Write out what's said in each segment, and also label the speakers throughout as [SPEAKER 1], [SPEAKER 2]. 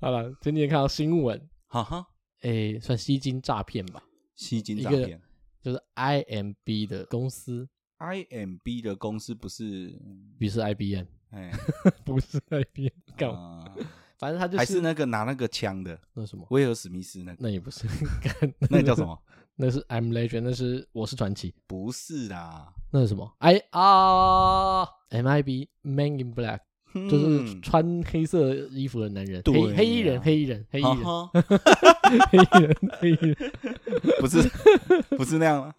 [SPEAKER 1] 好了，今天看到新闻，
[SPEAKER 2] 哈哈，
[SPEAKER 1] 诶、算吸金诈骗吧，
[SPEAKER 2] 吸金
[SPEAKER 1] 一
[SPEAKER 2] 诈
[SPEAKER 1] 个
[SPEAKER 2] 骗。
[SPEAKER 1] 就是 IMB 的公司，
[SPEAKER 2] IMB 的公司不 是，
[SPEAKER 1] 不是 IBM，
[SPEAKER 2] 哎、
[SPEAKER 1] 不是 IBM，干嘛、
[SPEAKER 2] 啊
[SPEAKER 1] 反正他就
[SPEAKER 2] 还是那个拿那个枪的
[SPEAKER 1] 那什么，
[SPEAKER 2] 威尔史密斯 那个，
[SPEAKER 1] 那也不是干，
[SPEAKER 2] 那个叫什？么？
[SPEAKER 1] 那是 I'm Legend，那是我是传奇，
[SPEAKER 2] 不是啦，
[SPEAKER 1] 那是什么？I 啊，MIB Man in Black，、就是
[SPEAKER 2] 嗯
[SPEAKER 1] 穿黑色衣服的男人，
[SPEAKER 2] 对啊
[SPEAKER 1] 黑黑衣
[SPEAKER 2] 呀
[SPEAKER 1] 人，黑衣人，黑衣人，
[SPEAKER 2] 哈哈
[SPEAKER 1] 黑衣人，黑衣人。
[SPEAKER 2] 不 是不是那样吗？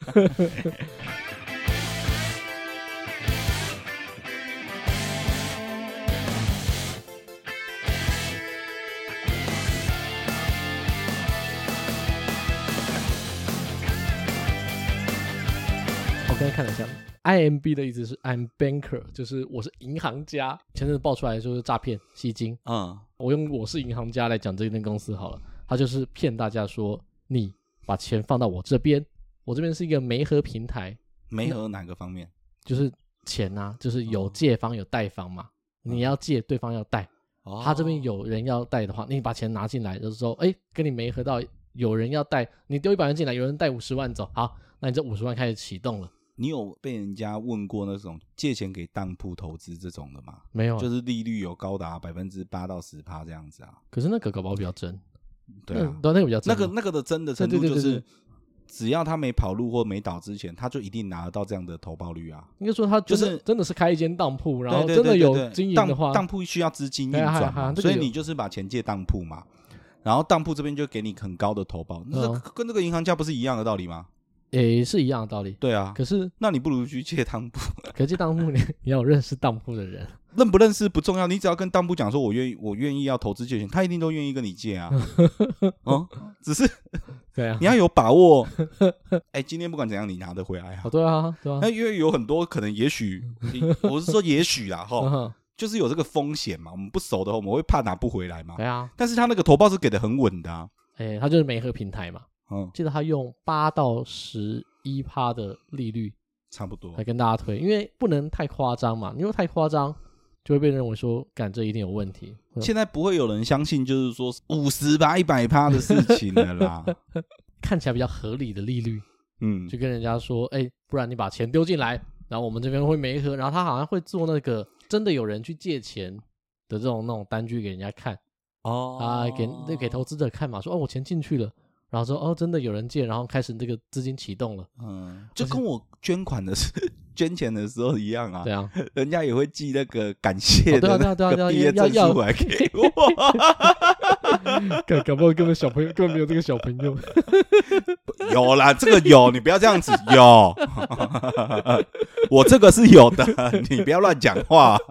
[SPEAKER 1] 我刚才看了一下，IMB 的意思是 I'm banker，就是我是银行家。前阵子爆出来说是诈骗、吸金，
[SPEAKER 2] 嗯，
[SPEAKER 1] 我用我是银行家来讲这间公司好了，他就是骗大家说你把钱放到我这边，我这边是一个媒合平台，
[SPEAKER 2] 没有哪个方面
[SPEAKER 1] 就是钱
[SPEAKER 2] 哦
[SPEAKER 1] 啊，就是有借方有贷方嘛，
[SPEAKER 2] 嗯
[SPEAKER 1] 你要借对方要贷，
[SPEAKER 2] 哦，
[SPEAKER 1] 他这边有人要贷的话，你把钱拿进来的时候，哎，跟你媒合到有人要贷，你丢一百万进来，有人贷五十万走，好，那你这五十万开始启动了，
[SPEAKER 2] 你有被人家问过那种借钱给当铺投资这种的吗？
[SPEAKER 1] 没有啊？
[SPEAKER 2] 就是利率有高达百分之八到十趴这样子啊，
[SPEAKER 1] 可是那个搞不好比较真，
[SPEAKER 2] 对
[SPEAKER 1] 那
[SPEAKER 2] 啊，
[SPEAKER 1] 对那个比较真
[SPEAKER 2] 那
[SPEAKER 1] 啊
[SPEAKER 2] 个那个的真的程
[SPEAKER 1] 对
[SPEAKER 2] 度
[SPEAKER 1] 对对
[SPEAKER 2] 就
[SPEAKER 1] 对
[SPEAKER 2] 是
[SPEAKER 1] 对，
[SPEAKER 2] 只要他没跑路或没倒之前，他就一定拿得到这样的投报率啊。
[SPEAKER 1] 应该说他真的
[SPEAKER 2] 就是
[SPEAKER 1] 真的是开一间当铺，然后
[SPEAKER 2] 对
[SPEAKER 1] 真的
[SPEAKER 2] 对对对
[SPEAKER 1] 有
[SPEAKER 2] 对
[SPEAKER 1] 经营
[SPEAKER 2] 当
[SPEAKER 1] 的话，
[SPEAKER 2] 当铺需要资金运
[SPEAKER 1] 对啊
[SPEAKER 2] 转
[SPEAKER 1] 哈哈
[SPEAKER 2] 嘛，
[SPEAKER 1] 这个
[SPEAKER 2] 所以
[SPEAKER 1] 有
[SPEAKER 2] 你就是把钱借当铺嘛，然后当铺这边就给你很高的投报，那
[SPEAKER 1] 嗯
[SPEAKER 2] 这跟这个银行家不是一样的道理吗？
[SPEAKER 1] 也是一样的道理。
[SPEAKER 2] 对啊，
[SPEAKER 1] 可是，
[SPEAKER 2] 那你不如去借当铺，
[SPEAKER 1] 可是当铺你你要有认识当铺的人，
[SPEAKER 2] 认不认识不重要，你只要跟当铺讲说我愿意，我愿意要投资借钱，他一定都愿意跟你借 啊。哦，只是
[SPEAKER 1] 对啊
[SPEAKER 2] 你，要有把握，哎，今天不管怎样，你拿得回来啊
[SPEAKER 1] 哦。对啊，对啊
[SPEAKER 2] 那，因为有很多可能，也许我是说也许啦，
[SPEAKER 1] 嗯
[SPEAKER 2] 哈，
[SPEAKER 1] 哼
[SPEAKER 2] 就是有这个风险嘛。我们不熟的话，我们会怕拿不回来嘛。
[SPEAKER 1] 对啊，
[SPEAKER 2] 但是他那个投报是给的很稳的、啊，
[SPEAKER 1] 哎，他就是媒合平台嘛，
[SPEAKER 2] 嗯，
[SPEAKER 1] 记得他用八到十一趴的利率
[SPEAKER 2] 差不多
[SPEAKER 1] 来。跟大家推，因为不能太夸张嘛，你如果太夸张，就会被认为说，干这一定有问题。
[SPEAKER 2] 现在不会有人相信，就是说五十趴、一百趴的事情 了啦。
[SPEAKER 1] 看起来比较合理的利率，
[SPEAKER 2] 嗯，
[SPEAKER 1] 就跟人家说，哎、不然你把钱丢进来，然后我们这边会没合，然后他好像会做那个真的有人去借钱的这种那种单据给人家看
[SPEAKER 2] 哦
[SPEAKER 1] 啊，给那给投资者看嘛，说哦我钱进去了，然后说哦真的有人借，然后开始这个资金启动了，
[SPEAKER 2] 嗯，就跟我捐款的时 捐钱的时候一样啊
[SPEAKER 1] 对，啊，
[SPEAKER 2] 人家也会寄那个感谢的
[SPEAKER 1] 哦对啊
[SPEAKER 2] 那
[SPEAKER 1] 对啊对啊
[SPEAKER 2] 个毕业
[SPEAKER 1] 对啊
[SPEAKER 2] 证
[SPEAKER 1] 要
[SPEAKER 2] 书来给我。
[SPEAKER 1] 搞搞不好根本小朋友根本没有这个小朋友，
[SPEAKER 2] 有啦，这个有，你不要这样子， 有，我这个是有的，你不要乱讲话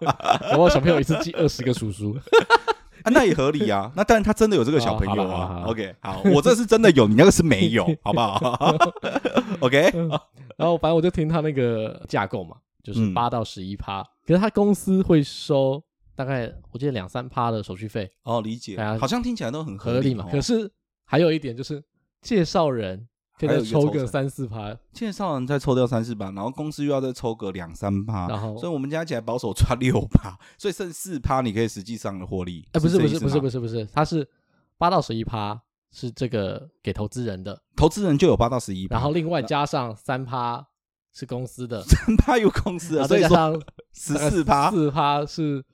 [SPEAKER 1] 搞不好小朋友一次寄二十个叔叔，
[SPEAKER 2] 啊，那也合理啊。那当然，他真的有这个小朋友
[SPEAKER 1] 哦好啦好啦
[SPEAKER 2] 啊。
[SPEAKER 1] 好啦
[SPEAKER 2] OK，好，我这是真的有，你那个是没 有，好不好 ？OK，
[SPEAKER 1] 然后反正我就听他那个架构嘛，就是
[SPEAKER 2] 嗯
[SPEAKER 1] 八到十一趴，可是他公司会收大概我记得两三趴的手续费。
[SPEAKER 2] 哦，理解
[SPEAKER 1] 哎呀，
[SPEAKER 2] 好像听起来都很
[SPEAKER 1] 合理嘛。
[SPEAKER 2] 哦
[SPEAKER 1] 可是还有一点就是，介绍人可以
[SPEAKER 2] 还
[SPEAKER 1] 再
[SPEAKER 2] 有一个
[SPEAKER 1] 抽
[SPEAKER 2] 抽
[SPEAKER 1] 个
[SPEAKER 2] 成啊
[SPEAKER 1] 三四趴，
[SPEAKER 2] 介绍人再抽掉三四趴，然后公司又要再抽个两三趴，
[SPEAKER 1] 然后
[SPEAKER 2] 所以我们加起来保守抓六趴，所以剩四趴你可以实际上的获利。
[SPEAKER 1] 哎，不是
[SPEAKER 2] 这
[SPEAKER 1] 不
[SPEAKER 2] 意
[SPEAKER 1] 是
[SPEAKER 2] 思
[SPEAKER 1] 不是
[SPEAKER 2] 吗
[SPEAKER 1] 不是不是，他是八到十一趴是这个给投资人的，
[SPEAKER 2] 投资人就有八到十一，
[SPEAKER 1] 然后 另外加上三趴是公司的，
[SPEAKER 2] 三趴有公司
[SPEAKER 1] 然后
[SPEAKER 2] 啊，所
[SPEAKER 1] 再
[SPEAKER 2] 以
[SPEAKER 1] 加
[SPEAKER 2] 说
[SPEAKER 1] 上
[SPEAKER 2] 十四趴、
[SPEAKER 1] 四趴是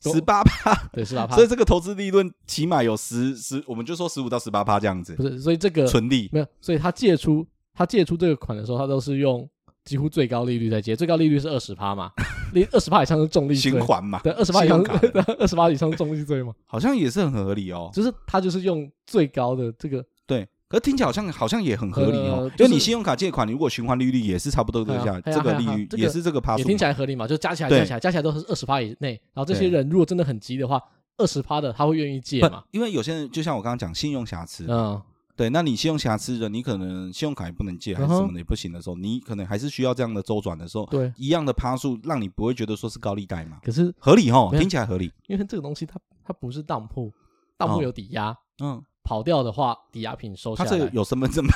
[SPEAKER 2] 十八趴，
[SPEAKER 1] 对 十八趴
[SPEAKER 2] 所，以这个投资利润起码有十十，我们就说十五到十八趴这样子
[SPEAKER 1] 不，是，所以这个
[SPEAKER 2] 纯利。
[SPEAKER 1] 没有，所以他借出他借出这个款的时候，他都是用几乎最高利率在借，最高利率是二十趴嘛，利二十趴以上是重利
[SPEAKER 2] 循
[SPEAKER 1] 税。
[SPEAKER 2] 环嘛，
[SPEAKER 1] 对，二十八以上，
[SPEAKER 2] 信用卡的
[SPEAKER 1] 二十八以上是重利罪嘛，
[SPEAKER 2] 好像也是很合理哦。
[SPEAKER 1] 就是他就是用最高的这个
[SPEAKER 2] 对，可是听起来好像好像也很合理
[SPEAKER 1] 呃
[SPEAKER 2] 哦，
[SPEAKER 1] 就是
[SPEAKER 2] 因为你信用卡借款，如果循环利率也是差不多这
[SPEAKER 1] 哎呀
[SPEAKER 2] 下
[SPEAKER 1] 哎呀
[SPEAKER 2] 这个
[SPEAKER 1] 哎
[SPEAKER 2] 利
[SPEAKER 1] 呀
[SPEAKER 2] 率
[SPEAKER 1] 这个
[SPEAKER 2] 也是这个趴
[SPEAKER 1] 也
[SPEAKER 2] 数
[SPEAKER 1] 听起来合理嘛，就加起来
[SPEAKER 2] 对
[SPEAKER 1] 加起来加起来都是二十趴以内，然后这些
[SPEAKER 2] 对
[SPEAKER 1] 人如果真的很急的话，二十趴的他会愿意借
[SPEAKER 2] 不
[SPEAKER 1] 嘛，，
[SPEAKER 2] 因为有些人就像我刚刚讲，信用瑕疵，
[SPEAKER 1] 嗯，
[SPEAKER 2] 对，那你信用瑕疵的，你可能信用卡也不能借，还是
[SPEAKER 1] 嗯哼
[SPEAKER 2] 什么的也不行的时候，你可能还是需要这样的周转的时候，
[SPEAKER 1] 对。
[SPEAKER 2] 一样的趴数，让你不会觉得说是高利贷嘛，
[SPEAKER 1] 可是
[SPEAKER 2] 合理哦，
[SPEAKER 1] 没有
[SPEAKER 2] 听起来合理。
[SPEAKER 1] 因为这个东西它它不是当铺，当铺
[SPEAKER 2] 哦
[SPEAKER 1] 有抵押，
[SPEAKER 2] 嗯，
[SPEAKER 1] 跑掉的话抵押品收下
[SPEAKER 2] 他这个
[SPEAKER 1] 来，
[SPEAKER 2] 有身份证吗？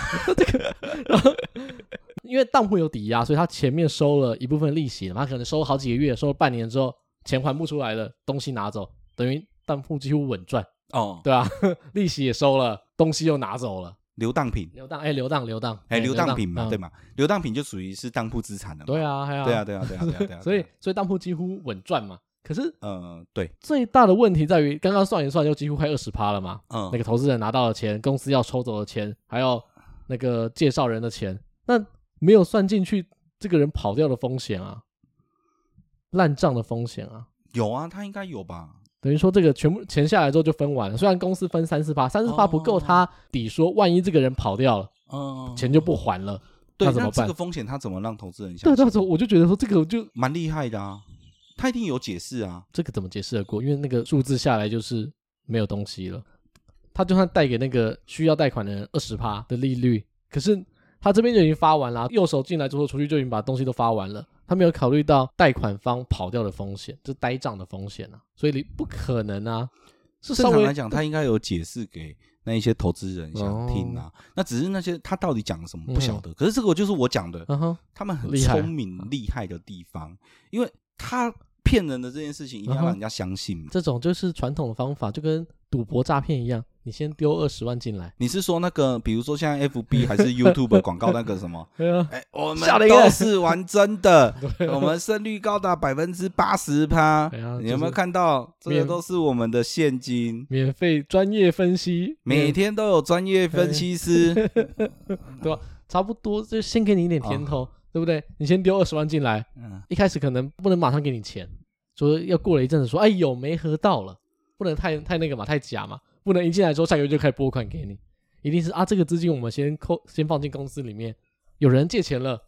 [SPEAKER 1] 因为当铺有抵押，所以他前面收了一部分利息嘛，他可能收好几个月，收了半年之后钱还不出来了，东西拿走，等于当铺几乎稳赚，
[SPEAKER 2] 哦，
[SPEAKER 1] 对吧、利息也收了，东西又拿走了，
[SPEAKER 2] 流荡品，
[SPEAKER 1] 流荡哎，流荡流荡
[SPEAKER 2] 哎，流荡品嘛，对？
[SPEAKER 1] 嗯
[SPEAKER 2] 嘛，流荡品就属于是当铺资产了嘛，
[SPEAKER 1] 对啊，哎呀
[SPEAKER 2] 对啊，对啊，对啊，对啊，对啊，
[SPEAKER 1] 所
[SPEAKER 2] 对
[SPEAKER 1] 以
[SPEAKER 2] 啊，
[SPEAKER 1] 所以当铺几乎稳赚嘛。可是
[SPEAKER 2] 呃，对，
[SPEAKER 1] 最大的问题在于，刚刚算一算，就几乎快二十趴了嘛。
[SPEAKER 2] 嗯
[SPEAKER 1] 那，个投资人拿到的钱，公司要抽走的钱，还有那个介绍人的钱，那没有算进去这个人跑掉的风险啊，烂账的风险啊。
[SPEAKER 2] 有啊，他应该有吧？
[SPEAKER 1] 等于说这个全部钱下来之后就分完了，虽然公司分三四趴，三四趴不够
[SPEAKER 2] 哦
[SPEAKER 1] 他抵说，万一这个人跑掉了，
[SPEAKER 2] 嗯，
[SPEAKER 1] 钱就不还了，
[SPEAKER 2] 对，
[SPEAKER 1] 那怎么
[SPEAKER 2] 这
[SPEAKER 1] 办
[SPEAKER 2] 个？风险他怎么让投资人
[SPEAKER 1] 对，
[SPEAKER 2] 相信？
[SPEAKER 1] 到时候我就觉得说这个就
[SPEAKER 2] 蛮厉害的啊，他一定有解释啊。
[SPEAKER 1] 这个怎么解释得过？因为那个数字下来就是没有东西了。他就算贷给那个需要贷款的人二十趴的利率，可是他这边就已经发完了，啊右手进来左手出去就已经把东西都发完了，他没有考虑到贷款方跑掉的风险，这呆账的风险啊，所以你不可能啊，是稍
[SPEAKER 2] 正常
[SPEAKER 1] 微
[SPEAKER 2] 来讲，他应该有解释给那一些投资人想
[SPEAKER 1] 哦
[SPEAKER 2] 听啊。那只是那些他到底讲了什么不晓得。可是这个就是我讲的，
[SPEAKER 1] 嗯嗯哼，
[SPEAKER 2] 他们很
[SPEAKER 1] 厉害嗯
[SPEAKER 2] 聪明厉害的地方，因为他骗人的这件事情一定
[SPEAKER 1] 嗯
[SPEAKER 2] 要
[SPEAKER 1] 哼
[SPEAKER 2] 让人家相信嘛。
[SPEAKER 1] 这种就是传统的方法，就跟赌博诈骗一样，你先丢二十万进来，
[SPEAKER 2] 你是说那个，比如说像 FB 还是 YouTube 广告那个什么？
[SPEAKER 1] 对啊，
[SPEAKER 2] 哎，我们
[SPEAKER 1] 吓了一跳
[SPEAKER 2] 都是玩真 的，我们胜率高达百分之八十趴
[SPEAKER 1] 对啊。
[SPEAKER 2] 你有
[SPEAKER 1] 就
[SPEAKER 2] 没
[SPEAKER 1] 是
[SPEAKER 2] 有看到？这
[SPEAKER 1] 免
[SPEAKER 2] 个都是我们的现金。
[SPEAKER 1] 免费专业分析，
[SPEAKER 2] 每天都有专业分析师，
[SPEAKER 1] 差不多就先给你一点甜头，对不对？你先丢二十万进来，
[SPEAKER 2] 嗯
[SPEAKER 1] 一开始可能不能马上给你钱，说要过了一阵子说，哎，有没合到了，不能太太那个嘛，太假嘛，不能一进来之后下个月就开始拨款给你，一定是啊，这个资金我们先扣，先放进公司里面，有人借钱了，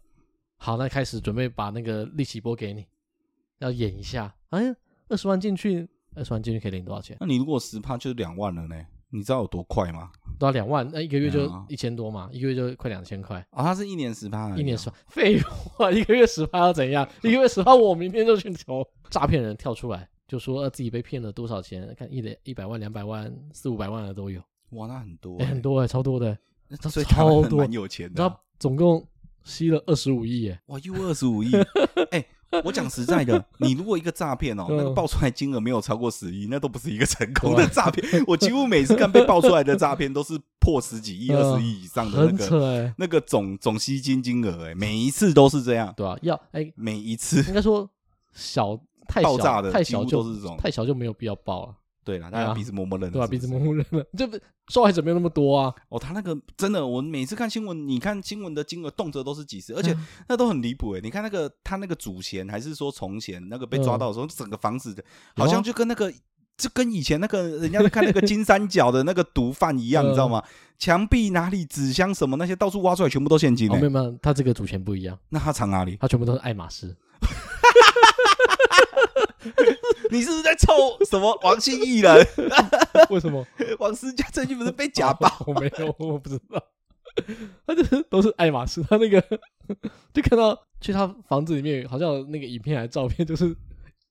[SPEAKER 1] 好，那开始准备把那个利息拨给你，要演一下，哎，二十万进去，二十万进去可以领多少钱？
[SPEAKER 2] 那你如果十趴就是两万了呢？你知道有多快吗？
[SPEAKER 1] 多少两万，那一个月就
[SPEAKER 2] 嗯
[SPEAKER 1] 一千多嘛，一个月就快两千块。
[SPEAKER 2] 啊、他是一年十趴，
[SPEAKER 1] 一年十，废话，一个月十趴要怎样？一个月十趴，我明天就去求诈骗人跳出来，就说、呃、自己被骗了多少钱，看一两一百万、两百万、四五百万的都有，
[SPEAKER 2] 哇，那很多、
[SPEAKER 1] 哎、很多哎、超多的、
[SPEAKER 2] 那
[SPEAKER 1] 那
[SPEAKER 2] 所以他们
[SPEAKER 1] 超多
[SPEAKER 2] 蛮有钱
[SPEAKER 1] 你知
[SPEAKER 2] 的啊、
[SPEAKER 1] 道总共吸了二十五亿耶，
[SPEAKER 2] 哇，U 二十五亿，哎、我讲实在的，你如果一个诈骗哦，
[SPEAKER 1] 嗯
[SPEAKER 2] 那个爆出来金额没有超过十亿，那都不是一个成功
[SPEAKER 1] 对
[SPEAKER 2] 的诈骗。我几乎每次看被爆出来的诈骗，都是破十几亿、
[SPEAKER 1] 嗯
[SPEAKER 2] 二十亿以上的那
[SPEAKER 1] 很
[SPEAKER 2] 个
[SPEAKER 1] 扯哎、
[SPEAKER 2] 那个总总吸金金额，哎，每一次都是这样，
[SPEAKER 1] 对吧、要哎、
[SPEAKER 2] 每一次。
[SPEAKER 1] 应该说小太
[SPEAKER 2] 爆
[SPEAKER 1] 小
[SPEAKER 2] 炸的
[SPEAKER 1] 太
[SPEAKER 2] 几乎
[SPEAKER 1] 小
[SPEAKER 2] 都
[SPEAKER 1] 就是
[SPEAKER 2] 这种，
[SPEAKER 1] 太小就没有必要报了，
[SPEAKER 2] 对了，大
[SPEAKER 1] 对
[SPEAKER 2] 家
[SPEAKER 1] 啊
[SPEAKER 2] 彼此默默认了，
[SPEAKER 1] 对吧、
[SPEAKER 2] 是不
[SPEAKER 1] 彼此
[SPEAKER 2] 是
[SPEAKER 1] 模糊人了，这不受害者没有那么多啊，
[SPEAKER 2] 哦，他那个真的，我每次看新闻，你看新闻的金额动辄都是几十，
[SPEAKER 1] 嗯
[SPEAKER 2] 而且那都很离谱哎！你看那个他那个祖先还是说从前那个被抓到的时候，整个房子的
[SPEAKER 1] 嗯有啊
[SPEAKER 2] 好像就跟那个就跟以前那个人家在看那个金三角的那个毒贩一样，
[SPEAKER 1] 嗯
[SPEAKER 2] 你知道吗？墙壁哪里纸箱什么那些到处挖出来，全部都现金
[SPEAKER 1] 哦，没有
[SPEAKER 2] 哎！
[SPEAKER 1] 没有，他这个主权不一样，？
[SPEAKER 2] 那他藏哪里
[SPEAKER 1] 他全部都是爱马仕，
[SPEAKER 2] 你是不是在凑什么王姓艺人？
[SPEAKER 1] 为什么？
[SPEAKER 2] 王思佳最近不是
[SPEAKER 1] 哦
[SPEAKER 2] 被假爆？
[SPEAKER 1] 我没有，我不知道。他就是都是爱马仕，他那个就看到去他房子里面，好像有那个影片还是照片，就是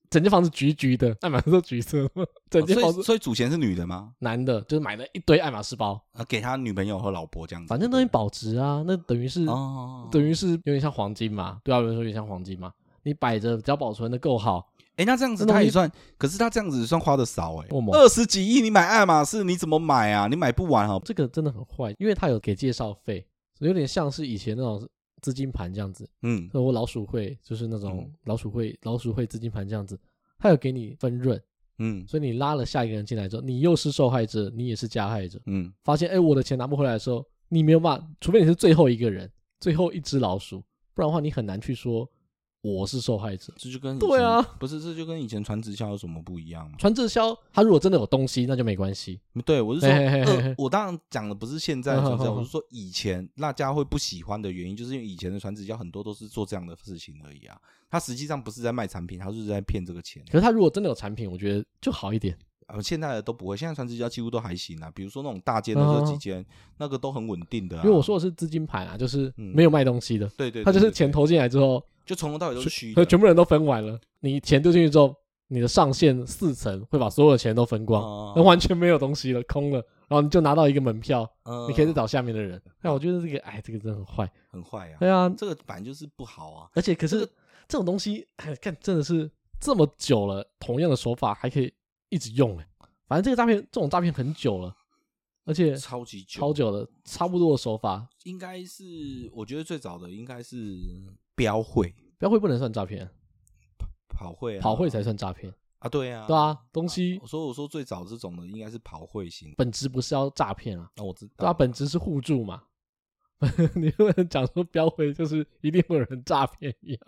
[SPEAKER 1] 整间房子橘橘的，爱马仕都橘色的，整间
[SPEAKER 2] 哦所
[SPEAKER 1] 房
[SPEAKER 2] 以
[SPEAKER 1] 子
[SPEAKER 2] 所以祖先是女的吗？
[SPEAKER 1] 男的，就是买了一堆爱马仕包，
[SPEAKER 2] 啊，给他女朋友和老婆这样子，
[SPEAKER 1] 反正东西保值啊，那等于是、
[SPEAKER 2] 哦，
[SPEAKER 1] 等于是有点像黄金嘛，对啊，有人说有点像黄金嘛，你摆着只要保存的够好，
[SPEAKER 2] 哎、那这样子
[SPEAKER 1] 那东
[SPEAKER 2] 他
[SPEAKER 1] 西
[SPEAKER 2] 也算，可是他这样子算花的少哎、
[SPEAKER 1] 为什么
[SPEAKER 2] 二十几亿你买爱马仕你怎么买啊？你买不完哦。
[SPEAKER 1] 这个真的很坏，因为他有给介绍费，有点像是以前那种资金盘这样子，
[SPEAKER 2] 嗯，
[SPEAKER 1] 那我老鼠会就是那种
[SPEAKER 2] 嗯
[SPEAKER 1] 老鼠会、老鼠会资金盘这样子，它有给你分润，
[SPEAKER 2] 嗯
[SPEAKER 1] 所以你拉了下一个人进来之后，你又是受害者，你也是加害者。
[SPEAKER 2] 嗯，
[SPEAKER 1] 发现哎、诶我的钱拿不回来的时候，你没有办法，除非你是最后一个人，最后一只老鼠，不然的话你很难去说我是受害者。
[SPEAKER 2] 这就跟以
[SPEAKER 1] 对啊
[SPEAKER 2] 前，不是这就跟以前传直销有什么不一样吗？
[SPEAKER 1] 传直销，他如果真的有东西，那就没关系。
[SPEAKER 2] 对，我是说，
[SPEAKER 1] 嘿嘿嘿
[SPEAKER 2] 呃
[SPEAKER 1] 嘿
[SPEAKER 2] 我当然讲的不是现在的传直
[SPEAKER 1] 嗯
[SPEAKER 2] 销，
[SPEAKER 1] 哼哼哼
[SPEAKER 2] 我是说以前大家会不喜欢的原因，就是因为以前的传直销很多都是做这样的事情而已啊。他实际上不是在卖产品，他就是在骗这个钱。
[SPEAKER 1] 可是他如果真的有产品，我觉得就好一点。
[SPEAKER 2] 呃，现在的都不会，现在传直销几乎都还行啊，比如说那种大间的这几
[SPEAKER 1] 嗯
[SPEAKER 2] 间，那个都很稳定的、啊。
[SPEAKER 1] 因为我说的是资金盘啊，就是
[SPEAKER 2] 嗯
[SPEAKER 1] 没有卖东西的，
[SPEAKER 2] 对，对对
[SPEAKER 1] 他就是
[SPEAKER 2] 对
[SPEAKER 1] 钱投进来之后，
[SPEAKER 2] 就从头到尾都是虚
[SPEAKER 1] 所
[SPEAKER 2] 的
[SPEAKER 1] 以。全部人都分完了。你钱丢进去之后，你的上限四层会把所有的钱都分光，
[SPEAKER 2] 哦
[SPEAKER 1] 那、完全没有东西了，空了。然后你就拿到一个门票，
[SPEAKER 2] 嗯
[SPEAKER 1] 你可以再找下面的人。那、我觉得这个，哎，这个真的很坏。
[SPEAKER 2] 很坏啊。
[SPEAKER 1] 对啊，
[SPEAKER 2] 这个本来就是不好啊。
[SPEAKER 1] 而且可是这种东西，哎，看真的是这么久了，同样的手法还可以一直用、哎，反正这个诈骗这种诈骗很久了，而且
[SPEAKER 2] 超级久，
[SPEAKER 1] 超久了，差不多的手法，
[SPEAKER 2] 应该是我觉得最早的应该是标会
[SPEAKER 1] 标会不能算诈骗，
[SPEAKER 2] 跑会、啊，
[SPEAKER 1] 跑会才算诈骗，
[SPEAKER 2] 啊，对啊，
[SPEAKER 1] 对啊，东西
[SPEAKER 2] 我说我说最早这种的应该是跑会型，
[SPEAKER 1] 本质不是要诈骗啊，
[SPEAKER 2] 那、我知道，
[SPEAKER 1] 对啊，本质是互助嘛。 你不能讲说标会就是一定会有人诈骗一样，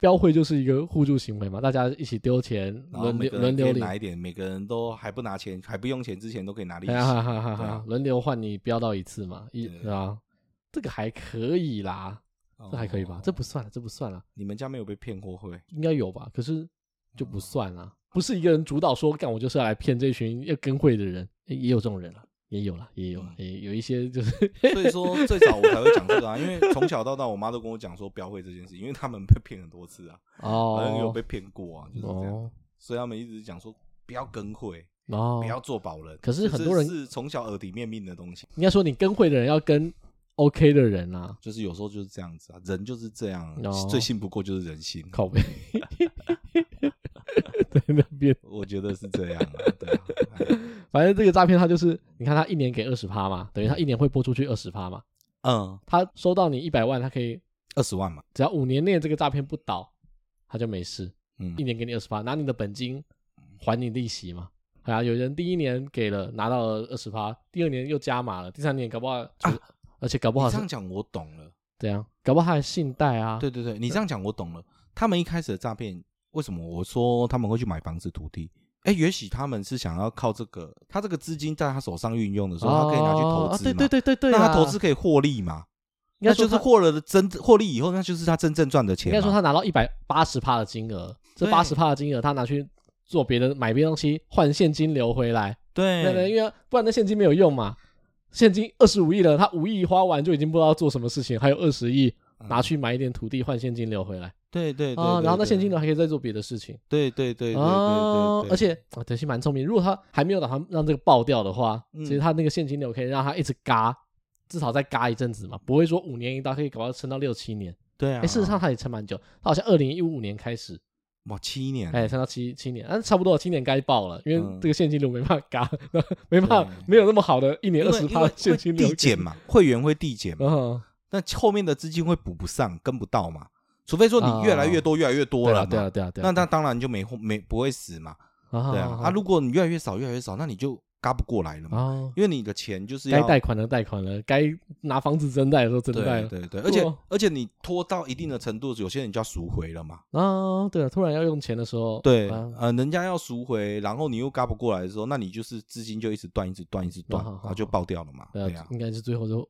[SPEAKER 1] 标会就是一个互助行为嘛，大家一起丢钱，
[SPEAKER 2] 然后
[SPEAKER 1] 轮
[SPEAKER 2] 每
[SPEAKER 1] 流
[SPEAKER 2] 个
[SPEAKER 1] 轮
[SPEAKER 2] 人
[SPEAKER 1] 流
[SPEAKER 2] 可以
[SPEAKER 1] 领，
[SPEAKER 2] 拿一点，每个人都还不拿钱，还不用钱之前都可以拿利息，
[SPEAKER 1] 哎哈哈哈
[SPEAKER 2] 对
[SPEAKER 1] 哈
[SPEAKER 2] 啊，
[SPEAKER 1] 轮流换你标到一次嘛，一
[SPEAKER 2] 对
[SPEAKER 1] 对啊，这个还可以啦，
[SPEAKER 2] 哦
[SPEAKER 1] 这还可以吧？这不算了，这不算了，
[SPEAKER 2] 你们家没有被骗 过会？
[SPEAKER 1] 应该有吧？可是就
[SPEAKER 2] 哦
[SPEAKER 1] 不算啦，不是一个人主导说干，我就是要来骗这群要跟会的人，诶也有这种人了，也有了，也有
[SPEAKER 2] 嗯
[SPEAKER 1] 了，也有一些就是
[SPEAKER 2] 所以说最早我才会讲这个啊，因为从小到大我妈都跟我讲说标会这件事，因为他们被骗很多次啊，好像有
[SPEAKER 1] 哦
[SPEAKER 2] 被骗过啊，就是这样，
[SPEAKER 1] 哦
[SPEAKER 2] 所以他们一直讲说不要跟会，
[SPEAKER 1] 哦
[SPEAKER 2] 不，要做保人。
[SPEAKER 1] 可是很多人
[SPEAKER 2] 这是从小耳提面命的东西，
[SPEAKER 1] 应该说你跟会的人要跟 OK 的人啊，
[SPEAKER 2] 就是有时候就是这样子啊，人就是这样啊，
[SPEAKER 1] 哦
[SPEAKER 2] 最信不过就是人心。
[SPEAKER 1] 靠背， 在那边。
[SPEAKER 2] 我觉得是这样啊，对啊，哎
[SPEAKER 1] 反正这个诈骗他就是，你看他一年给二十趴嘛，等于他一年会拨出去二十趴嘛。
[SPEAKER 2] 嗯，
[SPEAKER 1] 他收到你一百万，他可以
[SPEAKER 2] 二十万嘛，
[SPEAKER 1] 只要五年内这个诈骗不倒，他就没事，
[SPEAKER 2] 嗯
[SPEAKER 1] 一年给你二十趴，拿你的本金还你利息嘛。对啊，有人第一年给了拿到了二十趴，第二年又加码了，第三年搞不好就、而且搞不
[SPEAKER 2] 啊你
[SPEAKER 1] 好
[SPEAKER 2] 这
[SPEAKER 1] 是
[SPEAKER 2] 样讲我懂了，
[SPEAKER 1] 怎样，搞不好还信贷啊。
[SPEAKER 2] 对对对，你这样讲我懂了。他们一开始的诈骗，为什么我说他们会去买房子、土地？哎，也许他们是想要靠这个，他这个资金在他手上运用的时候，他可以拿去
[SPEAKER 1] 哦
[SPEAKER 2] 投
[SPEAKER 1] 啊
[SPEAKER 2] 资嘛？
[SPEAKER 1] 对对对对对
[SPEAKER 2] 那
[SPEAKER 1] 啦，
[SPEAKER 2] 他投资可以获利嘛？
[SPEAKER 1] 应该
[SPEAKER 2] 那
[SPEAKER 1] 说
[SPEAKER 2] 就是
[SPEAKER 1] 他
[SPEAKER 2] 获了的真获利以后，那就是他真正赚的钱
[SPEAKER 1] 应
[SPEAKER 2] 嘛。
[SPEAKER 1] 该说他拿到一百八十趴的金额，这
[SPEAKER 2] 对
[SPEAKER 1] 八十趴的金额他拿去做别的买别的东西换现金流回来，
[SPEAKER 2] 对
[SPEAKER 1] 对对，因为不然那现金没有用嘛。现金二十五亿了，他五亿花完就已经不知道做什么事情，还有二十亿
[SPEAKER 2] 嗯
[SPEAKER 1] 拿去买一点土地换现金流回来
[SPEAKER 2] 对对对
[SPEAKER 1] 啊，
[SPEAKER 2] 对
[SPEAKER 1] 然后那
[SPEAKER 2] 对
[SPEAKER 1] 现金流还可以再做别的事情
[SPEAKER 2] 对对对对对
[SPEAKER 1] 啊
[SPEAKER 2] 对，对，
[SPEAKER 1] 而且啊德西蛮聪明，如果他还没有打算让这个爆掉的话，
[SPEAKER 2] 嗯
[SPEAKER 1] 其实他那个现金流可以让他一直嘎，至少再嘎一阵子嘛，不会说五年一刀，可以搞到撑到六七年。
[SPEAKER 2] 对
[SPEAKER 1] 哎、
[SPEAKER 2] 啊，
[SPEAKER 1] 事实上他也撑蛮久，他好像二零一五年开始，
[SPEAKER 2] 哇七年，
[SPEAKER 1] 哎、撑到七七年，但差不多了七年该爆了，因为
[SPEAKER 2] 嗯
[SPEAKER 1] 这个现金流没办法嘎，没办法
[SPEAKER 2] 对，
[SPEAKER 1] 没有那么好的一年
[SPEAKER 2] 因
[SPEAKER 1] 二
[SPEAKER 2] 为
[SPEAKER 1] 十
[SPEAKER 2] 因
[SPEAKER 1] 趴
[SPEAKER 2] 为
[SPEAKER 1] 的现金
[SPEAKER 2] 会
[SPEAKER 1] 流
[SPEAKER 2] 递减嘛，会员会递减嘛，
[SPEAKER 1] 嗯，
[SPEAKER 2] 那后面的资金会补不上，跟不到嘛。除非说你越来越多，越来越多
[SPEAKER 1] 对
[SPEAKER 2] 了
[SPEAKER 1] 啊，
[SPEAKER 2] 嘛，
[SPEAKER 1] 对啊，对啊，对啊，
[SPEAKER 2] 那那当然就没没不会死嘛，
[SPEAKER 1] 啊
[SPEAKER 2] 对啊。啊，如果你越来越少，越来越少，那你就嘎不过来了嘛，
[SPEAKER 1] 啊，
[SPEAKER 2] 因为你的钱就是
[SPEAKER 1] 该
[SPEAKER 2] 要
[SPEAKER 1] 贷款的贷款了，该拿房子增贷的时候增贷
[SPEAKER 2] 对
[SPEAKER 1] 了，哦
[SPEAKER 2] 对对，而且
[SPEAKER 1] 哇
[SPEAKER 2] 而且你拖到一定的程度，有些人就要赎回了嘛。
[SPEAKER 1] 啊，对啊，突然要用钱的时候，
[SPEAKER 2] 对，
[SPEAKER 1] 啊
[SPEAKER 2] 呃，人家要赎回，然后你又嘎不过来的时候，那你就是资金就一直断，一直断，一直断，
[SPEAKER 1] 啊好
[SPEAKER 2] 然后就爆掉了嘛。
[SPEAKER 1] 对啊
[SPEAKER 2] 对啊，
[SPEAKER 1] 应该是最后就，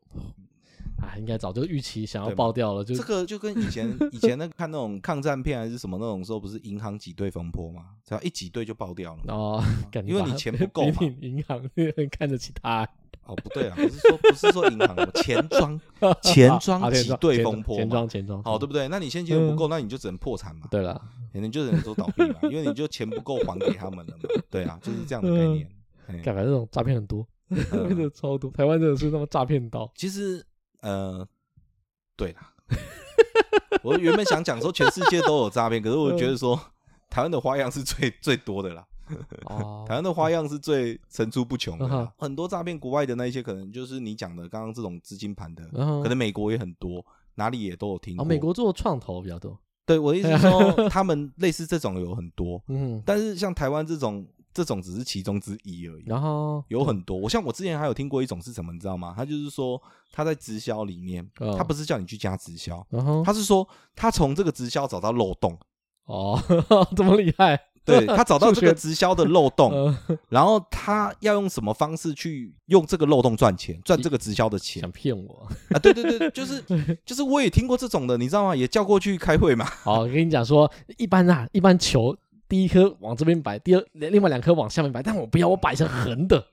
[SPEAKER 1] 哎，应该早就预期想要
[SPEAKER 2] 对嘛
[SPEAKER 1] 爆掉了，就
[SPEAKER 2] 这个就跟以前以前那个看那种抗战片还是什么那种时候，不是银行挤兑风波嘛？只要一挤兑就爆掉了。
[SPEAKER 1] 哦，感觉
[SPEAKER 2] 因为
[SPEAKER 1] 把
[SPEAKER 2] 你钱不 够嘛
[SPEAKER 1] 比你银行很看得起他，
[SPEAKER 2] 哦，不对啊，不是说不是说银行，钱庄 钱
[SPEAKER 1] 啊
[SPEAKER 2] 庄
[SPEAKER 1] 钱
[SPEAKER 2] 挤兑
[SPEAKER 1] 钱
[SPEAKER 2] 风波
[SPEAKER 1] 钱
[SPEAKER 2] 嘛。
[SPEAKER 1] 庄钱庄，
[SPEAKER 2] 好，对不对？那你现金流
[SPEAKER 1] 嗯
[SPEAKER 2] 不够，那你就只能破产嘛，
[SPEAKER 1] 对了。
[SPEAKER 2] 你就只能说倒闭嘛，因为你就钱不够还给他们了嘛。对啊，就是这样的概念。嘿
[SPEAKER 1] 嗯干，反正这种诈骗很多，
[SPEAKER 2] 嗯
[SPEAKER 1] 真的超多。台湾真的是那么诈骗岛，
[SPEAKER 2] 其实，呃，对啦， 我原本想讲说全世界都有诈骗，可是我
[SPEAKER 1] 嗯
[SPEAKER 2] 觉得说台湾的花样是最最多的啦，
[SPEAKER 1] 哦
[SPEAKER 2] 台湾的花样是最层出不穷的
[SPEAKER 1] 嗯哼
[SPEAKER 2] 啦。很多诈骗国外的那一些，可能就是你讲的刚刚这种资金盘的，
[SPEAKER 1] 然后
[SPEAKER 2] 可能美国也很多，哪里也都有听
[SPEAKER 1] 啊，
[SPEAKER 2] 过。
[SPEAKER 1] 嗯美国做创投比较多，
[SPEAKER 2] 对我的意思是 说，他们类似这种有很多，
[SPEAKER 1] 嗯，
[SPEAKER 2] 但是像台湾这种这种只是其中之一而已。
[SPEAKER 1] 然后
[SPEAKER 2] 有很多，我像我之前还有听过一种是什么，你知道吗？他就是说他在直销里面，
[SPEAKER 1] 嗯
[SPEAKER 2] 他不是叫你去加直销，
[SPEAKER 1] 然后
[SPEAKER 2] 他是说他从这个直销找到漏洞，
[SPEAKER 1] 哦， 这么厉害，
[SPEAKER 2] 对他找到这
[SPEAKER 1] 数学
[SPEAKER 2] 个直销的漏洞，
[SPEAKER 1] 呃，
[SPEAKER 2] 然后他要用什么方式去用这个漏洞赚钱，赚这个直销的钱
[SPEAKER 1] 想骗我？
[SPEAKER 2] 啊？对对 对，就是就是我也听过这种的，你知道吗？也叫过去开 会嘛，
[SPEAKER 1] 好，我跟你讲说，一般啊，一般球第一颗往这边摆，第二另外两颗往下面摆，但我不要，我摆成横的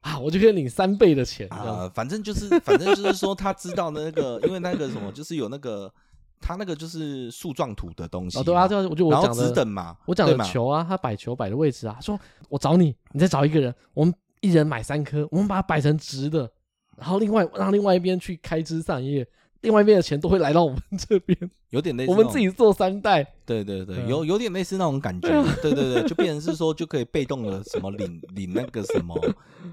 [SPEAKER 1] 啊，我就可以领三倍的钱，这样
[SPEAKER 2] 啊，反正就是反正就是说他知道那个，因为那个什么，就是有那个他那个就是树状图的东西
[SPEAKER 1] 哦，对啊，
[SPEAKER 2] 嘛
[SPEAKER 1] 对啊，我就我
[SPEAKER 2] 然后
[SPEAKER 1] 讲
[SPEAKER 2] 只
[SPEAKER 1] 的，
[SPEAKER 2] 等嘛，
[SPEAKER 1] 我讲
[SPEAKER 2] 对
[SPEAKER 1] 的
[SPEAKER 2] 嘛
[SPEAKER 1] 球啊，他摆球摆的位置啊，他说我找你，你再找一个人，我们一人买三颗，我们把它摆成直的，然后另外让另外一边去开枝散叶，另外一边的钱都会来到我们这边，
[SPEAKER 2] 有点类似
[SPEAKER 1] 我们
[SPEAKER 2] 那种
[SPEAKER 1] 自己做三代，
[SPEAKER 2] 对对对，
[SPEAKER 1] 嗯
[SPEAKER 2] 有有点类似那种感觉，对对对，就变成是说就可以被动的什么领领那个什么